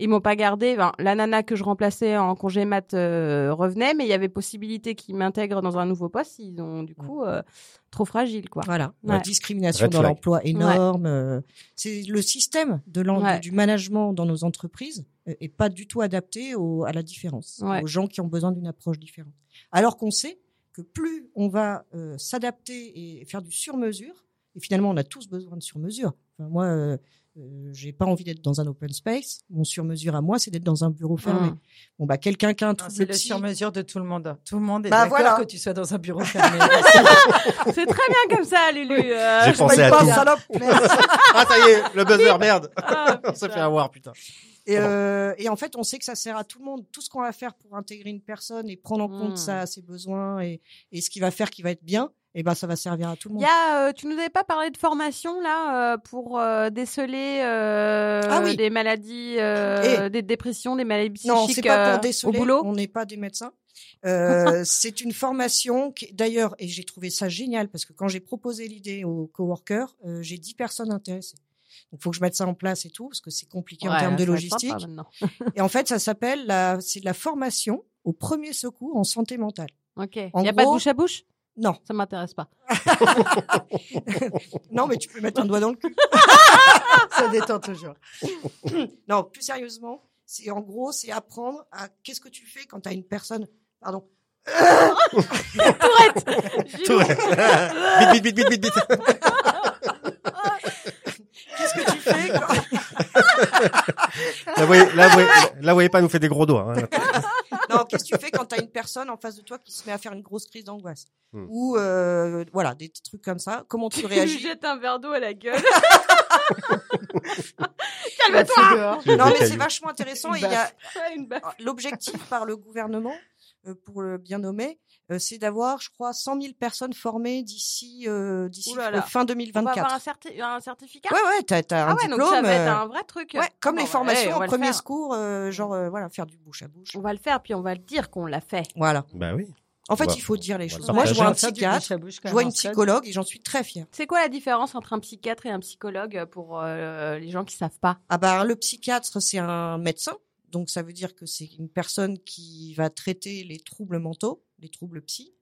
S3: Ils m'ont pas gardé. Enfin, la nana que je remplaçais en congé mat euh, revenait, mais il y avait possibilité qu'ils m'intègrent dans un nouveau poste. Ils ont du coup euh, trop fragile, quoi.
S5: Voilà.
S3: Ouais.
S5: La discrimination
S2: Red
S5: dans
S2: flag.
S5: l'emploi énorme. euh, C'est le système de l'en-
S3: Ouais.
S5: du management dans nos entreprises euh, est pas du tout adapté au- à la différence,
S3: Ouais.
S5: aux gens qui ont besoin d'une approche différente. Alors qu'on sait que plus on va euh, s'adapter et faire du sur-mesure, et finalement on a tous besoin de sur-mesure. Enfin, moi, euh, euh, j'ai pas envie d'être dans un open space. Mon sur-mesure à moi, c'est d'être dans un bureau fermé.
S3: Mm.
S5: Bon bah quelqu'un qui a un
S4: Non,
S5: trouble
S4: C'est le
S5: psy-
S4: sur-mesure de tout le monde. Tout le monde est
S5: Bah,
S4: d'accord
S5: voilà.
S4: que tu sois dans un bureau fermé.
S3: C'est très bien comme ça, Lulu. euh,
S2: J'ai pensé
S5: Paye
S2: à
S5: pas,
S2: tout.
S5: salope.
S2: Ah, ça y est, le buzzer, merde.
S3: ah,
S2: On s'est fait
S3: putain.
S2: avoir, putain.
S5: Et,
S2: Pardon.
S5: euh, et en fait, on sait que ça sert à tout le monde. Tout ce qu'on va faire pour intégrer une personne et prendre en
S3: Mm.
S5: compte sa, ses besoins et, et ce qui va faire qui va être bien, et ben ça va servir à tout le
S3: Il
S5: monde.
S3: y a, euh, tu nous avais pas parlé de formation là euh, pour euh, déceler euh,
S5: Ah oui.
S3: des maladies, euh,
S5: Et-
S3: des dépressions, des maladies psychiques
S5: non, c'est pas
S3: euh,
S5: pour déceler.
S3: au boulot.
S5: On n'est pas des médecins. Euh, c'est une formation qui, d'ailleurs, et j'ai trouvé ça génial parce que quand j'ai proposé l'idée aux coworkers, euh, j'ai 10 personnes intéressées. Donc, faut que je mette ça en place et tout parce que c'est compliqué en
S3: Ouais,
S5: termes de
S3: ça va être sympa,
S5: logistique.
S3: maintenant.
S5: Et en fait, ça s'appelle la, c'est de la formation au premier secours en santé mentale.
S3: Ok. Il
S5: En
S3: n'y a pas de
S5: gros-
S3: bouche à bouche
S5: Non,
S3: Ça m'intéresse pas.
S5: non, mais tu peux mettre un doigt dans le cul.
S4: ça détend toujours.
S5: Non, plus sérieusement, c'est en gros, c'est apprendre à qu'est-ce que tu fais quand tu as une personne, pardon,
S2: Tout. Vite, vite, vite, vite, vite.
S3: Ah,
S5: qu'est-ce que tu fais quand...
S2: Là, vous voyez, là, vous voyez, là, vous voyez pas, elle nous fait des gros doigts. hein.
S5: Non, qu'est-ce que tu fais quand tu as une personne en face de toi qui se met à faire une grosse crise d'angoisse
S2: Hmm.
S5: ou euh, voilà, des petits trucs comme ça, comment tu réagis
S3: jettes un verre d'eau à la gueule.
S4: Fais Bah, dehors.
S2: Les
S5: Non, mais c'est
S2: cailloux.
S5: vachement intéressant
S4: Une
S5: et il y a euh,
S3: une baffe.
S5: l'objectif par le gouvernement euh, pour le bien nommer euh, c'est d'avoir, je crois, 100 000 personnes formées d'ici euh, d'ici
S3: Ouh là là.
S5: euh, fin
S3: On va avoir
S5: 2024.
S3: un, certi- un certificat
S5: Ouais, ouais, t'as, t'as
S3: Ah
S5: un
S3: ouais,
S5: diplôme.
S3: donc ça va être
S5: euh,
S3: un vrai truc.
S5: Ouais, comme
S3: Bon,
S5: les
S3: bah,
S5: formations
S3: allez, on va
S5: en
S3: le
S5: premier
S3: faire.
S5: secours, euh, genre euh, voilà, faire du bouche à bouche.
S3: On va le faire, puis on va le dire qu'on l'a fait.
S5: Voilà.
S2: Bah oui.
S5: En fait,
S2: va-
S5: il faut dire les
S2: va
S5: choses.
S2: le
S5: Moi, je
S2: partager.
S5: vois un
S4: Faire du bouche à bouche,
S5: psychiatre,
S4: quand
S5: je vois
S4: même,
S5: une
S4: en fait.
S5: psychologue et j'en suis très fière.
S3: C'est quoi la différence entre un psychiatre et un psychologue pour euh, les gens qui savent pas
S5: Ah bah le psychiatre, c'est un médecin, donc ça veut dire que c'est une personne qui va traiter les troubles mentaux, les troubles psy,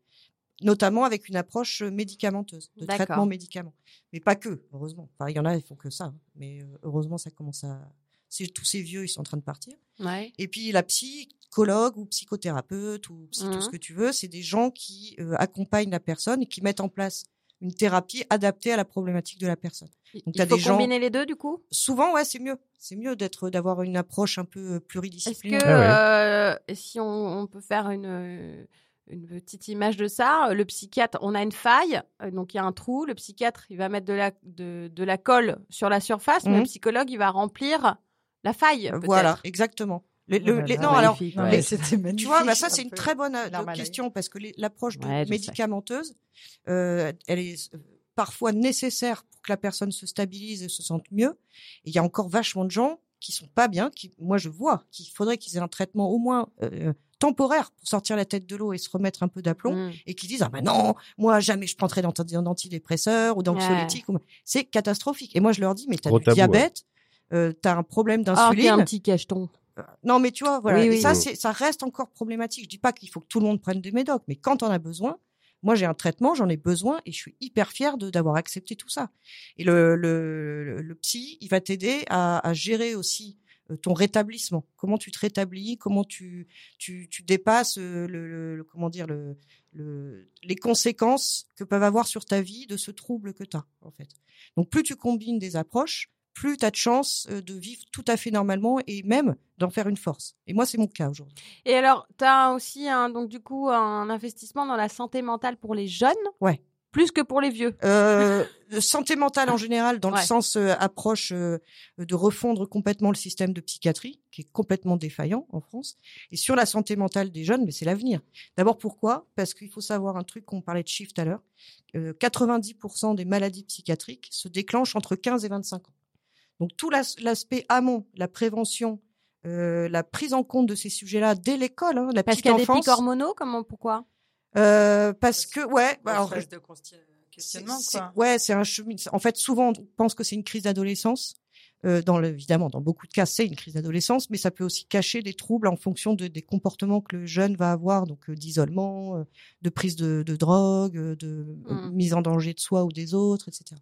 S5: notamment avec une approche euh, médicamenteuse, de
S3: D'accord.
S5: traitement médicament, mais pas que, heureusement. Enfin, il y en a, ils font que ça, mais euh, heureusement, ça commence à. C'est tous ces vieux, ils sont en train de partir.
S3: Ouais.
S5: Et puis la psychologue ou psychothérapeute ou psy,
S3: Mhm.
S5: tout ce que tu veux, c'est des gens qui euh, accompagnent la personne et qui mettent en place une thérapie adaptée à la problématique de la personne.
S3: Il
S5: Donc,
S3: il
S5: t'as
S3: faut
S5: des gens-
S3: combiner les deux du coup
S5: Souvent, ouais, c'est mieux. C'est mieux d'être d'avoir une approche un peu euh,
S3: Est-ce que
S5: pluridisciplinaire.
S3: euh, si on, on peut faire une, euh, une petite image de ça, euh, le psychiatre, on a une faille, euh, donc il y a un trou, le psychiatre, il va mettre de la, de, de la colle sur la surface, mais
S5: Mhm.
S3: le psychologue, il va remplir la faille. euh, peut-être.
S5: voilà, exactement. Le- le-
S4: Oh là
S5: les-
S4: là,
S5: non, alors
S3: magnifique,
S4: Non,
S3: ouais.
S4: mais c'était
S5: tu
S4: magnifique,
S5: vois, bah, ça c'est
S4: un
S5: une
S4: peu.
S5: très bonne euh,
S4: normal.
S5: question parce que les- l'approche de-
S3: Ouais, je sais.
S5: médicamenteuse, euh, elle est euh, parfois nécessaire pour que la personne se stabilise et se sente mieux. Et il y a encore vachement de gens qui sont pas bien, qui, moi je vois, qu'il faudrait qu'ils aient un traitement au moins euh, temporaire pour sortir la tête de l'eau et se remettre un peu d'aplomb.
S3: Mhm.
S5: Et qui disent ah ben non moi jamais je prendrai dans un antidépresseur ou d'anxiolytique ou- c'est catastrophique et moi je leur dis mais t'as
S2: Gros
S5: du
S2: tabou,
S5: diabète euh, t'as un problème
S3: Ah, t'es
S5: d'insuline
S3: un petit cacheton.
S5: non, mais tu vois, voilà.
S3: Oui,
S5: Et
S3: oui.
S5: ça,
S2: Mm.
S5: c'est, ça reste encore problématique. Je dis pas qu'il faut que tout le monde prenne des médocs, mais quand on a besoin, Moi, j'ai un traitement, j'en ai besoin et je suis hyper fière de d'avoir accepté tout ça. Et le, le, le, le psy, il va t'aider à, à gérer aussi euh, ton rétablissement. Comment tu te rétablis Comment tu tu, tu dépasses euh, le, le- le- comment dire le, le- les conséquences que peuvent avoir sur ta vie de ce trouble que tu as en fait. Donc plus tu combines des approches, plus tu as de chances euh, de vivre tout à fait normalement et même d'en faire une force. Et moi, c'est mon cas aujourd'hui.
S3: Et alors, tu as aussi un, donc, du coup un investissement dans la santé mentale pour les jeunes
S5: Ouais.
S3: Plus que pour les vieux.
S5: Euh, de santé mentale en général, dans
S3: Ouais.
S5: le sens euh, approche euh, de refondre complètement le système de psychiatrie, qui est complètement défaillant en France. Et sur la santé mentale des jeunes, mais c'est l'avenir. D'abord pourquoi Parce qu'il faut savoir un truc qu'on parlait de chiffres tout à l'heure. Euh, 90% des maladies psychiatriques se déclenchent entre 15 et 25 ans. Donc tout l'as- l'aspect amont, la prévention, euh, la prise en compte de ces sujets-là dès l'école, hein, la
S3: Parce
S5: petite
S3: qu'il y a des
S5: enfance.
S3: pics hormonaux, comment, pourquoi
S5: euh, parce que ouais, bah, alors,
S4: phase de consti- euh, questionnement,
S5: c'est-
S4: quoi.
S5: c'est- Ouais, c'est un chemin. En fait, souvent, on pense que c'est une crise d'adolescence. Euh, dans le, évidemment, dans beaucoup de cas, c'est une crise d'adolescence, mais ça peut aussi cacher des troubles en fonction de, des comportements que le jeune va avoir, donc euh, d'isolement, euh, de prise de, de drogue, euh, de euh,
S4: Mmh.
S3: Mm.
S5: mise en danger de soi ou des autres, etc.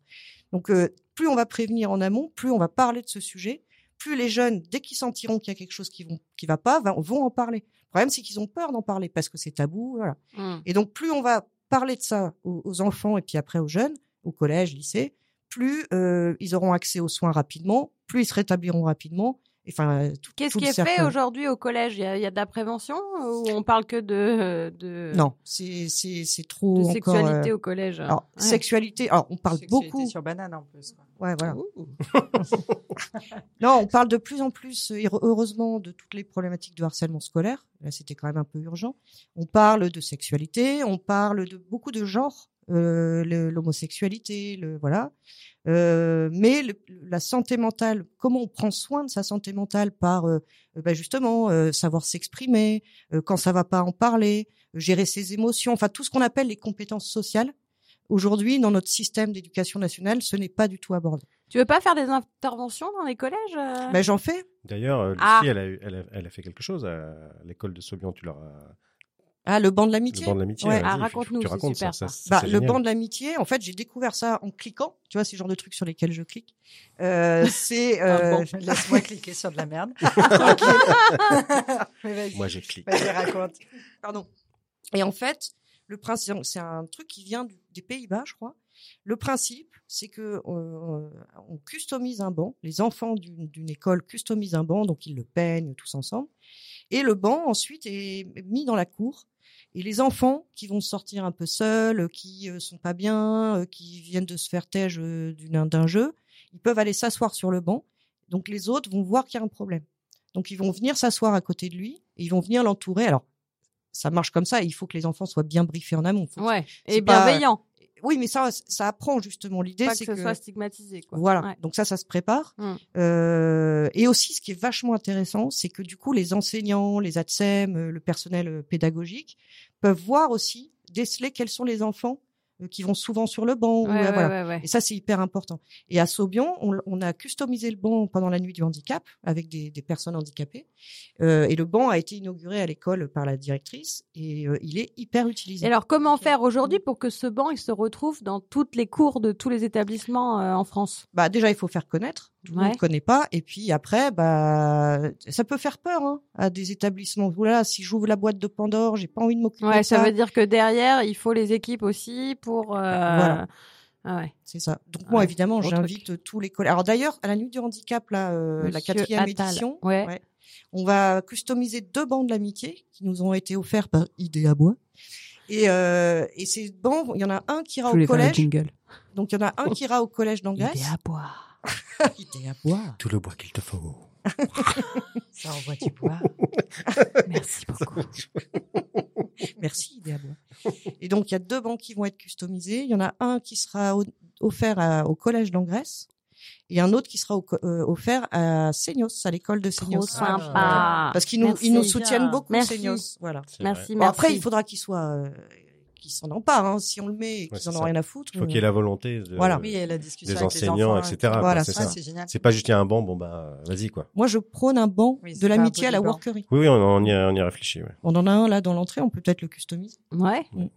S5: Donc, euh, plus on va prévenir en amont, plus on va parler de ce sujet, plus les jeunes, dès qu'ils sentiront qu'il y a quelque chose qui vont, qui va pas, va- vont en parler. Le problème, c'est qu'ils ont peur d'en parler parce que c'est tabou. Voilà.
S3: Hmm.
S5: Et donc, plus on va parler de ça aux, aux enfants et puis après aux jeunes, au collège, lycée, plus euh, ils auront accès aux soins rapidement, plus ils se rétabliront rapidement. Et Enfin, tout,
S3: Qu'est-ce
S5: tout
S3: qui
S5: le
S3: est fait
S5: cercle.
S3: aujourd'hui au collège Il y, a- il y a de la prévention ou on parle que de, de,
S5: Non, c'est c'est c'est
S3: de
S5: trop encore.
S3: sexualité
S5: euh,
S3: au collège
S5: Alors,
S3: Ouais.
S5: sexualité. Alors, on parle
S4: Sexualité
S5: beaucoup.
S4: sur banane en plus. quoi.
S5: Ouais, voilà. non, on parle de plus en plus, euh, heure- heureusement, de toutes les problématiques de harcèlement scolaire. Là, c'était quand même un peu urgent. On parle de sexualité, on parle de beaucoup de genres, euh, le- l'homosexualité, le voilà. Euh, mais le- la santé mentale, comment on prend soin de sa santé mentale par euh, euh, bah, justement euh, savoir s'exprimer, euh, quand ça va pas en parler, gérer ses émotions, enfin tout ce qu'on appelle les compétences sociales. Aujourd'hui, dans notre système d'éducation nationale, ce n'est pas du tout abordé.
S3: Tu veux pas faire des interventions dans les collèges
S4: Ah.
S3: euh
S5: Mais Ben, j'en fais.
S2: D'ailleurs, euh, Lucie,
S3: Ah.
S2: elle, a, eu- elle, a, elle a fait quelque chose à l'école de Saubian. Tu leur as.
S5: Ah, le banc de
S2: Le
S5: l'amitié.
S2: banc de l'amitié.
S5: Ouais.
S2: hein, vas-y, il
S3: Ah,
S2: faut que
S3: raconte-nous,
S2: Tu
S3: c'est
S2: racontes
S3: super,
S2: ça.
S3: ça.
S2: ça,
S5: Bah,
S2: c'est
S5: le
S2: génial.
S5: banc de l'amitié, en fait, j'ai découvert ça en cliquant. Tu vois, c'est le genre de truc sur lesquels je clique. Euh, c'est euh,
S4: Ah bon, Laisse-moi cliquer sur de la merde. Tranquille. Mais vas-y,
S2: Moi, j'ai cliqué.
S4: vas-y, raconte.
S5: pardon. Et en fait, le principe, c'est un truc qui vient du- des Pays-Bas, je crois. Le principe, c'est que euh, on customise un banc. Les enfants d'une d'une école customisent un banc, donc ils le peignent tous ensemble. Et le banc ensuite est mis dans la cour. Et les enfants qui vont sortir un peu seuls, qui euh, sont pas bien, euh, qui viennent de se faire tège euh, d'une- d'un jeu, ils peuvent aller s'asseoir sur le banc. Donc les autres vont voir qu'il y a un problème. Donc ils vont venir s'asseoir à côté de lui et ils vont venir l'entourer. Alors ça marche comme ça. Il faut que les enfants soient bien briefés en amont. Faut-
S3: Ouais, et
S5: c'est pas-
S3: bienveillant.
S5: Oui, mais ça, ça apprend justement. L'idée,
S3: Pas que
S5: c'est
S3: ce
S5: que
S3: soit stigmatisé. Quoi.
S5: voilà.
S3: Ouais.
S5: Donc ça, ça se prépare.
S3: Mm.
S5: Euh, et aussi, ce qui est vachement intéressant, c'est que du coup, les enseignants, les ATSEM, euh, le personnel euh, pédagogique peuvent voir aussi, déceler quels sont les enfants euh, qui vont souvent sur le banc. ou,
S3: Ouais,
S5: euh,
S3: ouais,
S5: voilà.
S3: ouais, ouais.
S5: Et ça, c'est hyper important. Et à Saubion, on, on a customisé le banc pendant la nuit du handicap avec des, des personnes handicapées. Euh, et le banc a été inauguré à l'école par la directrice et euh, il est hyper utilisé.
S3: Et alors, comment faire aujourd'hui pour que ce banc il se retrouve dans toutes les cours de tous les établissements euh, en France
S5: bah déjà il faut faire connaître tout le
S3: Ouais.
S5: monde connaît pas et puis après bah ça peut faire peur hein, à des établissements voilà si j'ouvre la boîte de Pandore j'ai pas envie de m'occuper
S3: Ouais,
S5: de ça,
S3: ça veut dire que derrière, il faut les équipes aussi pour. euh,
S5: Bah, Voilà.
S3: ah ouais.
S5: c'est ça donc moi
S3: Ouais,
S5: évidemment
S3: gros
S5: j'invite tous les collègues alors d'ailleurs à la nuit du handicap là euh, la
S3: Monsieur
S5: quatrième
S3: Attal.
S5: édition
S3: Ouais.
S5: on va customiser deux bancs de l'amitié qui nous ont été offerts par Idéa Bois et euh, et ces bancs il y en a un qui ira au collège
S3: jingle.
S5: donc il y en a un qui ira au collège d'Angas
S3: à boire.
S5: Idéa Bois
S2: Tout le bois qu'il te faut.
S4: Ça envoie du bois.
S2: Euh,
S3: Merci beaucoup.
S5: Merci, Idéa Bois. Et donc, il y a deux bancs qui vont être customisés. Il y en a un qui sera o- offert à- au collège d'Angresse et un autre qui sera au co- euh, offert à Seignos, à l'école de
S3: Trop
S5: Seignos.
S3: sympa.
S5: Parce qu'ils nous, ils nous
S3: Merci.
S5: soutiennent beaucoup,
S3: Merci.
S5: Seignos. Voilà.
S2: C'est vrai.
S3: Merci, merci.
S5: Bon, après, il faudra qu'ils soient, euh, qu'ils s'en emparent. hein. Si on le met et qu'ils
S2: Ouais, c'est
S5: en ont
S2: ça.
S5: rien à foutre. euh,
S2: Il faut
S5: on-
S2: qu'il y ait la volonté. De...
S5: Voilà.
S4: Oui, et la discussion
S2: Des
S4: avec les
S2: enseignants,
S4: enfants,
S2: etc.
S4: hein.
S2: quoi,
S5: Voilà,
S2: c'est
S5: ça,
S2: ça.
S4: c'est génial.
S2: C'est pas juste il y a un banc, bon bah vas-y quoi.
S5: Moi, je prône un banc
S4: Oui, c'est
S5: de
S4: pas un
S5: l'amitié à la
S4: polybanc.
S5: workerie.
S2: Oui, oui, on, on y a, on y a réfléchi. ouais.
S5: On en a un là dans l'entrée, on peut peut-être le customiser.
S3: Ouais.
S5: Je me dis,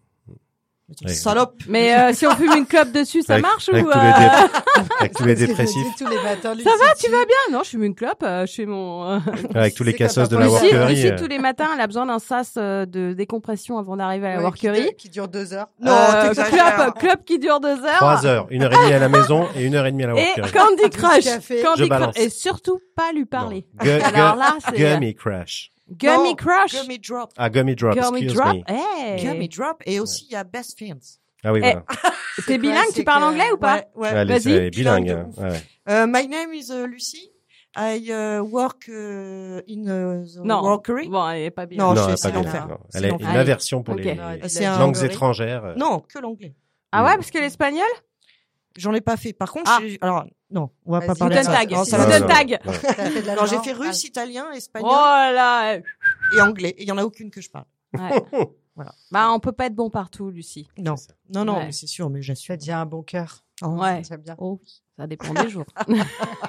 S2: Ouais.
S5: Salope.
S3: Mais euh, si on fume une clope dessus, ça
S2: Avec-
S3: marche
S2: avec
S3: ou
S2: tous les
S3: euh,
S2: dé- Avec tous les
S4: C'est ce Ah, que je
S2: dépressifs,
S4: dis tous les matins, Lucie. Ah
S3: Ça va, tu vas bien Non, je fume une clope, euh, je fais mon... euh,
S2: avec tous les
S4: C'est comme
S2: cassos de
S4: un
S2: la
S4: peu-
S3: Lucie,
S2: workerie.
S3: Lucie,
S2: euh,
S3: tous les matins, elle a besoin d'un sas euh, de décompression avant d'arriver à la
S4: Ouais,
S3: workerie.
S4: Qui, qui dure deux heures.
S5: Non,
S3: Euh,
S5: t'exagères.
S3: clope, clope qui dure deux heures.
S2: Trois heures, une heure et demie à la maison et une heure et demie à la
S3: Et
S2: workerie.
S3: Candy Crush.
S4: café.
S2: Je
S3: Candy Crush.
S2: balance.
S3: Et surtout, pas lui
S2: Non.
S3: parler.
S2: Gu- gu-
S3: Alors là, c'est...
S2: Gummy Crush.
S3: Gummy
S5: Non,
S3: Crush.
S5: Gummy drop.
S2: Ah, Gummy Drop,
S3: Gummy
S2: excuse
S3: Drop.
S2: me.
S3: Hey.
S5: Gummy drop. Et aussi, il y a best friends.
S2: Ah oui,
S3: Eh,
S2: voilà.
S3: T'es bilingue, tu parles anglais ou pas
S5: Ouais, ouais.
S2: Elle est-
S3: vas-y,
S2: elle est
S5: bilingue
S2: bilingue.
S5: de ouf.
S2: hein. Ouais.
S5: Euh, my name is euh, Lucy. I euh, work euh, in euh, the
S3: Non.
S5: workery.
S3: Bon, elle est pas
S5: Non,
S3: bilingue.
S2: Non,
S5: je
S2: elle
S5: sais,
S2: a
S5: c'est
S2: pas bien.
S5: l'enfer.
S2: non.
S5: C'est
S2: Elle a
S5: l'enfer.
S2: une aversion pour
S3: Ok.
S2: les
S4: Ouais,
S2: les
S5: C'est un
S2: langues
S4: gorille.
S2: étrangères.
S5: Non, que l'anglais.
S3: Ah ouais, parce que l'espagnol
S5: J'en ai pas fait. Par contre,
S3: Ah.
S5: j'ai- alors non, on va pas
S4: Vas-y.
S5: parler de
S3: Guten
S5: ça.
S3: Tag.
S5: Non, ça
S2: Non,
S5: va
S3: Guten
S2: non,
S3: Tag.
S2: non.
S4: T'as fait de la
S5: Non, j'ai
S4: langue.
S5: fait russe,
S4: Ah,
S5: italien,
S3: Oh
S5: espagnol
S3: là. ouais.
S5: et anglais. Et il y en a aucune que je parle.
S3: Bah, on peut pas être bon partout, Lucie.
S5: Non,
S2: C'est ça.
S5: non, non,
S3: Ouais.
S5: mais c'est sûr, mais
S4: Tu as
S5: j'assume.
S4: déjà un bon cœur.
S5: Oh.
S3: Ouais.
S4: J'aime bien.
S3: Oh, ça dépend des jours.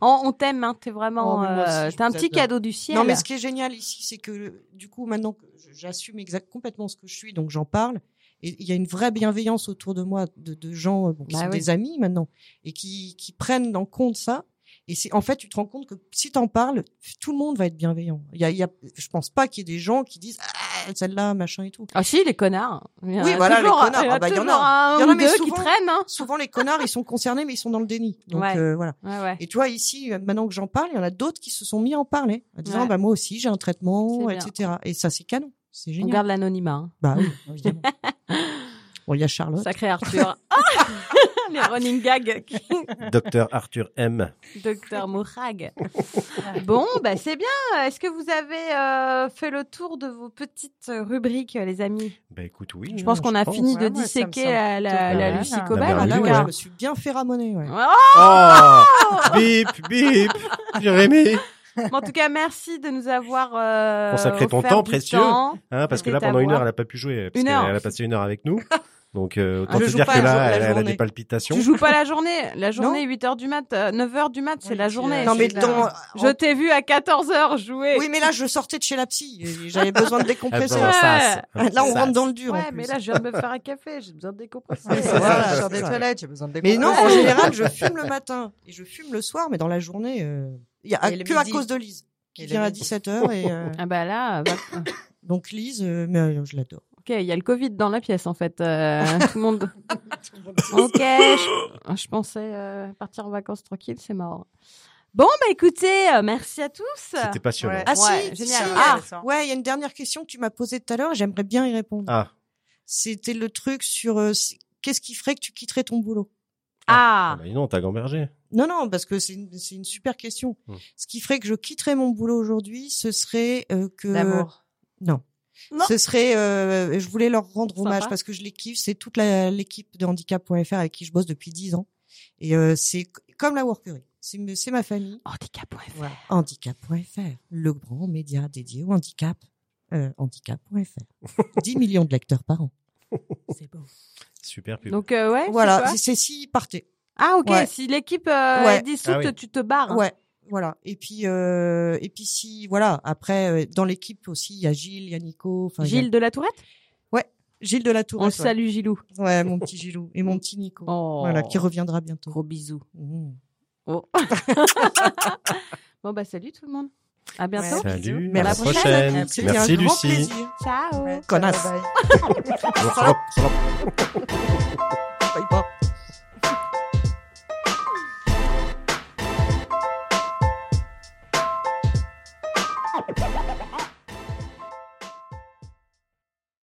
S3: on on t'aime, hein. T'es vraiment.
S5: Oh, mais moi aussi,
S3: euh,
S5: je
S3: T'es un
S5: vous
S3: petit
S5: adore.
S3: cadeau du ciel.
S5: Non, mais ce qui est génial ici, c'est que du coup, maintenant, que je- j'assume exact, complètement ce que je suis, donc j'en parle. Et il y a une vraie bienveillance autour de moi, de, de gens euh, bon, qui
S3: Bah
S5: sont
S3: oui.
S5: des amis maintenant et qui, qui prennent en compte ça. Et c'est en fait, tu te rends compte que si t'en parles, tout le monde va être bienveillant. Il y a, il y a, je pense pas qu'il y ait des gens qui disent ah, celle-là, machin et tout.
S3: Ah si, les connards. Il y en a
S5: Oui, voilà, les
S3: toujours un-
S5: connards.
S3: Il y en a
S5: Ah bah, il y en
S3: toujours
S5: a.
S3: un
S5: Il y en a,
S3: ou
S5: mais
S3: deux qui
S5: souvent-
S3: traînent. Hein.
S5: Souvent, les connards, ils sont concernés, mais ils sont dans le déni. Donc
S3: Ouais.
S5: euh, voilà.
S3: Ouais, ouais.
S5: Et tu vois, ici, euh, maintenant que j'en parle, il y en a d'autres qui se sont mis à en parler, en disant
S3: Ouais.
S5: bah moi aussi, j'ai un traitement,
S3: C'est bien.
S5: etc. Et ça, c'est canon. C'est
S3: On
S5: génial.
S3: garde l'anonymat. hein.
S5: Bah oui, évidemment. bon, il y a Charlotte.
S3: Sacré Arthur. Ah les running gags.
S2: Docteur Arthur M.
S3: Docteur Mourag. bon, bah c'est bien. Est-ce que vous avez euh, fait le tour de vos petites rubriques, euh, les amis
S2: Bah écoute, oui.
S3: Je pense
S2: hein,
S3: qu'on a fini
S4: Ouais,
S3: de
S4: moi, ça me
S3: disséquer euh, la,
S4: semble
S3: la, la
S2: bien.
S3: Lucie
S4: Ah,
S3: Cobal.
S2: bah
S5: Ah,
S3: en
S5: là,
S3: tout
S5: ouais,
S2: Voilà.
S5: je
S3: cas.
S5: me suis bien fait ramonner. Ouais.
S3: Ouais,
S2: Oh Bip, bip Jérémy
S3: Mais Oh, en tout cas, merci de nous avoir euh,
S2: Consacré ton
S3: offert
S2: temps
S3: du
S2: précieux.
S3: temps.
S2: hein, Parce que
S3: C'était
S2: là,
S3: ta
S2: pendant une
S3: voix.
S2: heure, elle a pas pu jouer. Parce
S3: Une
S2: qu'elle-
S3: heure.
S2: Elle a passé une heure avec nous. Donc, euh,
S5: Ah,
S2: autant te
S5: je joue
S2: dire
S5: pas
S2: que
S5: la jour-
S2: là,
S5: la
S2: elle, elle a des
S5: journée.
S2: palpitations.
S3: Tu joues pas la journée. La journée, 8h du mat, 9h du mat, c'est
S4: Oui,
S3: la
S4: tu-
S3: journée.
S5: Non mais
S4: c'est
S5: dans...
S3: Je t'ai vu à 14h jouer.
S5: oui mais là je sortais de chez la psy, et j'avais besoin de
S2: Ah,
S5: décompresser.
S2: bon,
S3: Ouais.
S2: ça, ça.
S5: Là on
S2: Ça,
S5: rentre dans le dur. en
S3: ouais,
S5: plus.
S3: mais là, je viens de me faire un café. J'ai besoin de décompresser.
S4: Ouais,
S5: ça,
S4: voilà,
S5: ça,
S4: je sors des
S5: ça.
S4: toilettes, j'ai besoin de
S5: Mais non, en
S4: décompresser.
S5: général je fume le matin et je fume le soir, mais dans la journée euh, il y a
S4: Et le
S5: que à
S4: midi.
S5: cause de Lise
S4: Et
S5: qui
S4: le
S5: vient à
S4: midi.
S5: 17 h et euh,
S3: Ah bah là, va- ok,
S5: donc Lise, euh, mais euh, je l'adore.
S3: il y a le Covid dans la pièce en fait. Euh, tout le monde. ok, je, je pensais euh, partir en vacances tranquille, c'est mort. Bon bah écoutez, euh, merci à tous.
S2: C'était passionnant.
S4: Ouais.
S5: Ah si,
S3: Ouais,
S5: si,
S3: génial.
S5: euh,
S4: Ah.
S5: ouais, il y a une dernière question que tu m'as posée tout à l'heure, j'aimerais bien y répondre.
S2: Ah,
S5: C'était le truc sur euh, si- qu'est-ce qui ferait que tu quitterais ton boulot.
S2: ah
S3: Ah,
S2: bah dis donc, t'as gambergé.
S5: Non, non, parce que c'est une, c'est une super question.
S2: Hmm.
S5: Ce qui ferait que je quitterais mon boulot aujourd'hui, ce serait euh, que
S4: L'amour.
S5: non.
S3: Non.
S5: Ce serait, euh, je voulais leur rendre
S3: Sympa.
S5: hommage parce que je les kiffe. C'est toute la- l'équipe de handicap.fr avec qui je bosse depuis 10 ans. Et euh, c'est c- comme la workerie. C'est me- c'est ma famille.
S3: handicap.fr.
S5: Voilà. Handicap.fr, le grand média dédié au handicap. Euh, handicap.fr. 10 millions de lecteurs par an. C'est beau.
S2: Super pub.
S3: Donc euh, ouais, c'est
S5: Voilà,
S3: ça.
S5: c'est- c'est si partaient.
S3: Ah ok,
S5: Ouais.
S3: si l'équipe euh,
S5: Ouais.
S3: est dissoute,
S2: Ah oui.
S3: tu te barres. hein.
S5: Ouais, voilà. Et puis, euh, et puis si, voilà. Après, euh, dans l'équipe aussi, il y a Gilles, il y a Nico, enfin, il y a-
S3: Gilles de la Tourette.
S5: Gilles de la
S3: On le
S5: Tourette. ouais.
S3: salue Gilou.
S5: Ouais, mon petit Gilou et mon petit Nico.
S3: Oh.
S5: Voilà, qui reviendra bientôt.
S3: Gros bisous.
S5: Mmh.
S3: Oh. bon bah salut tout le monde. À bientôt.
S4: Ouais.
S2: Salut,
S5: Merci.
S2: à la prochaine.
S5: C'était
S2: Merci
S5: un grand
S2: Lucie.
S4: euh,
S5: plaisir.
S3: Ciao.
S4: Ouais, ciao,
S5: Connasse.
S4: bye.
S2: Slop, slop.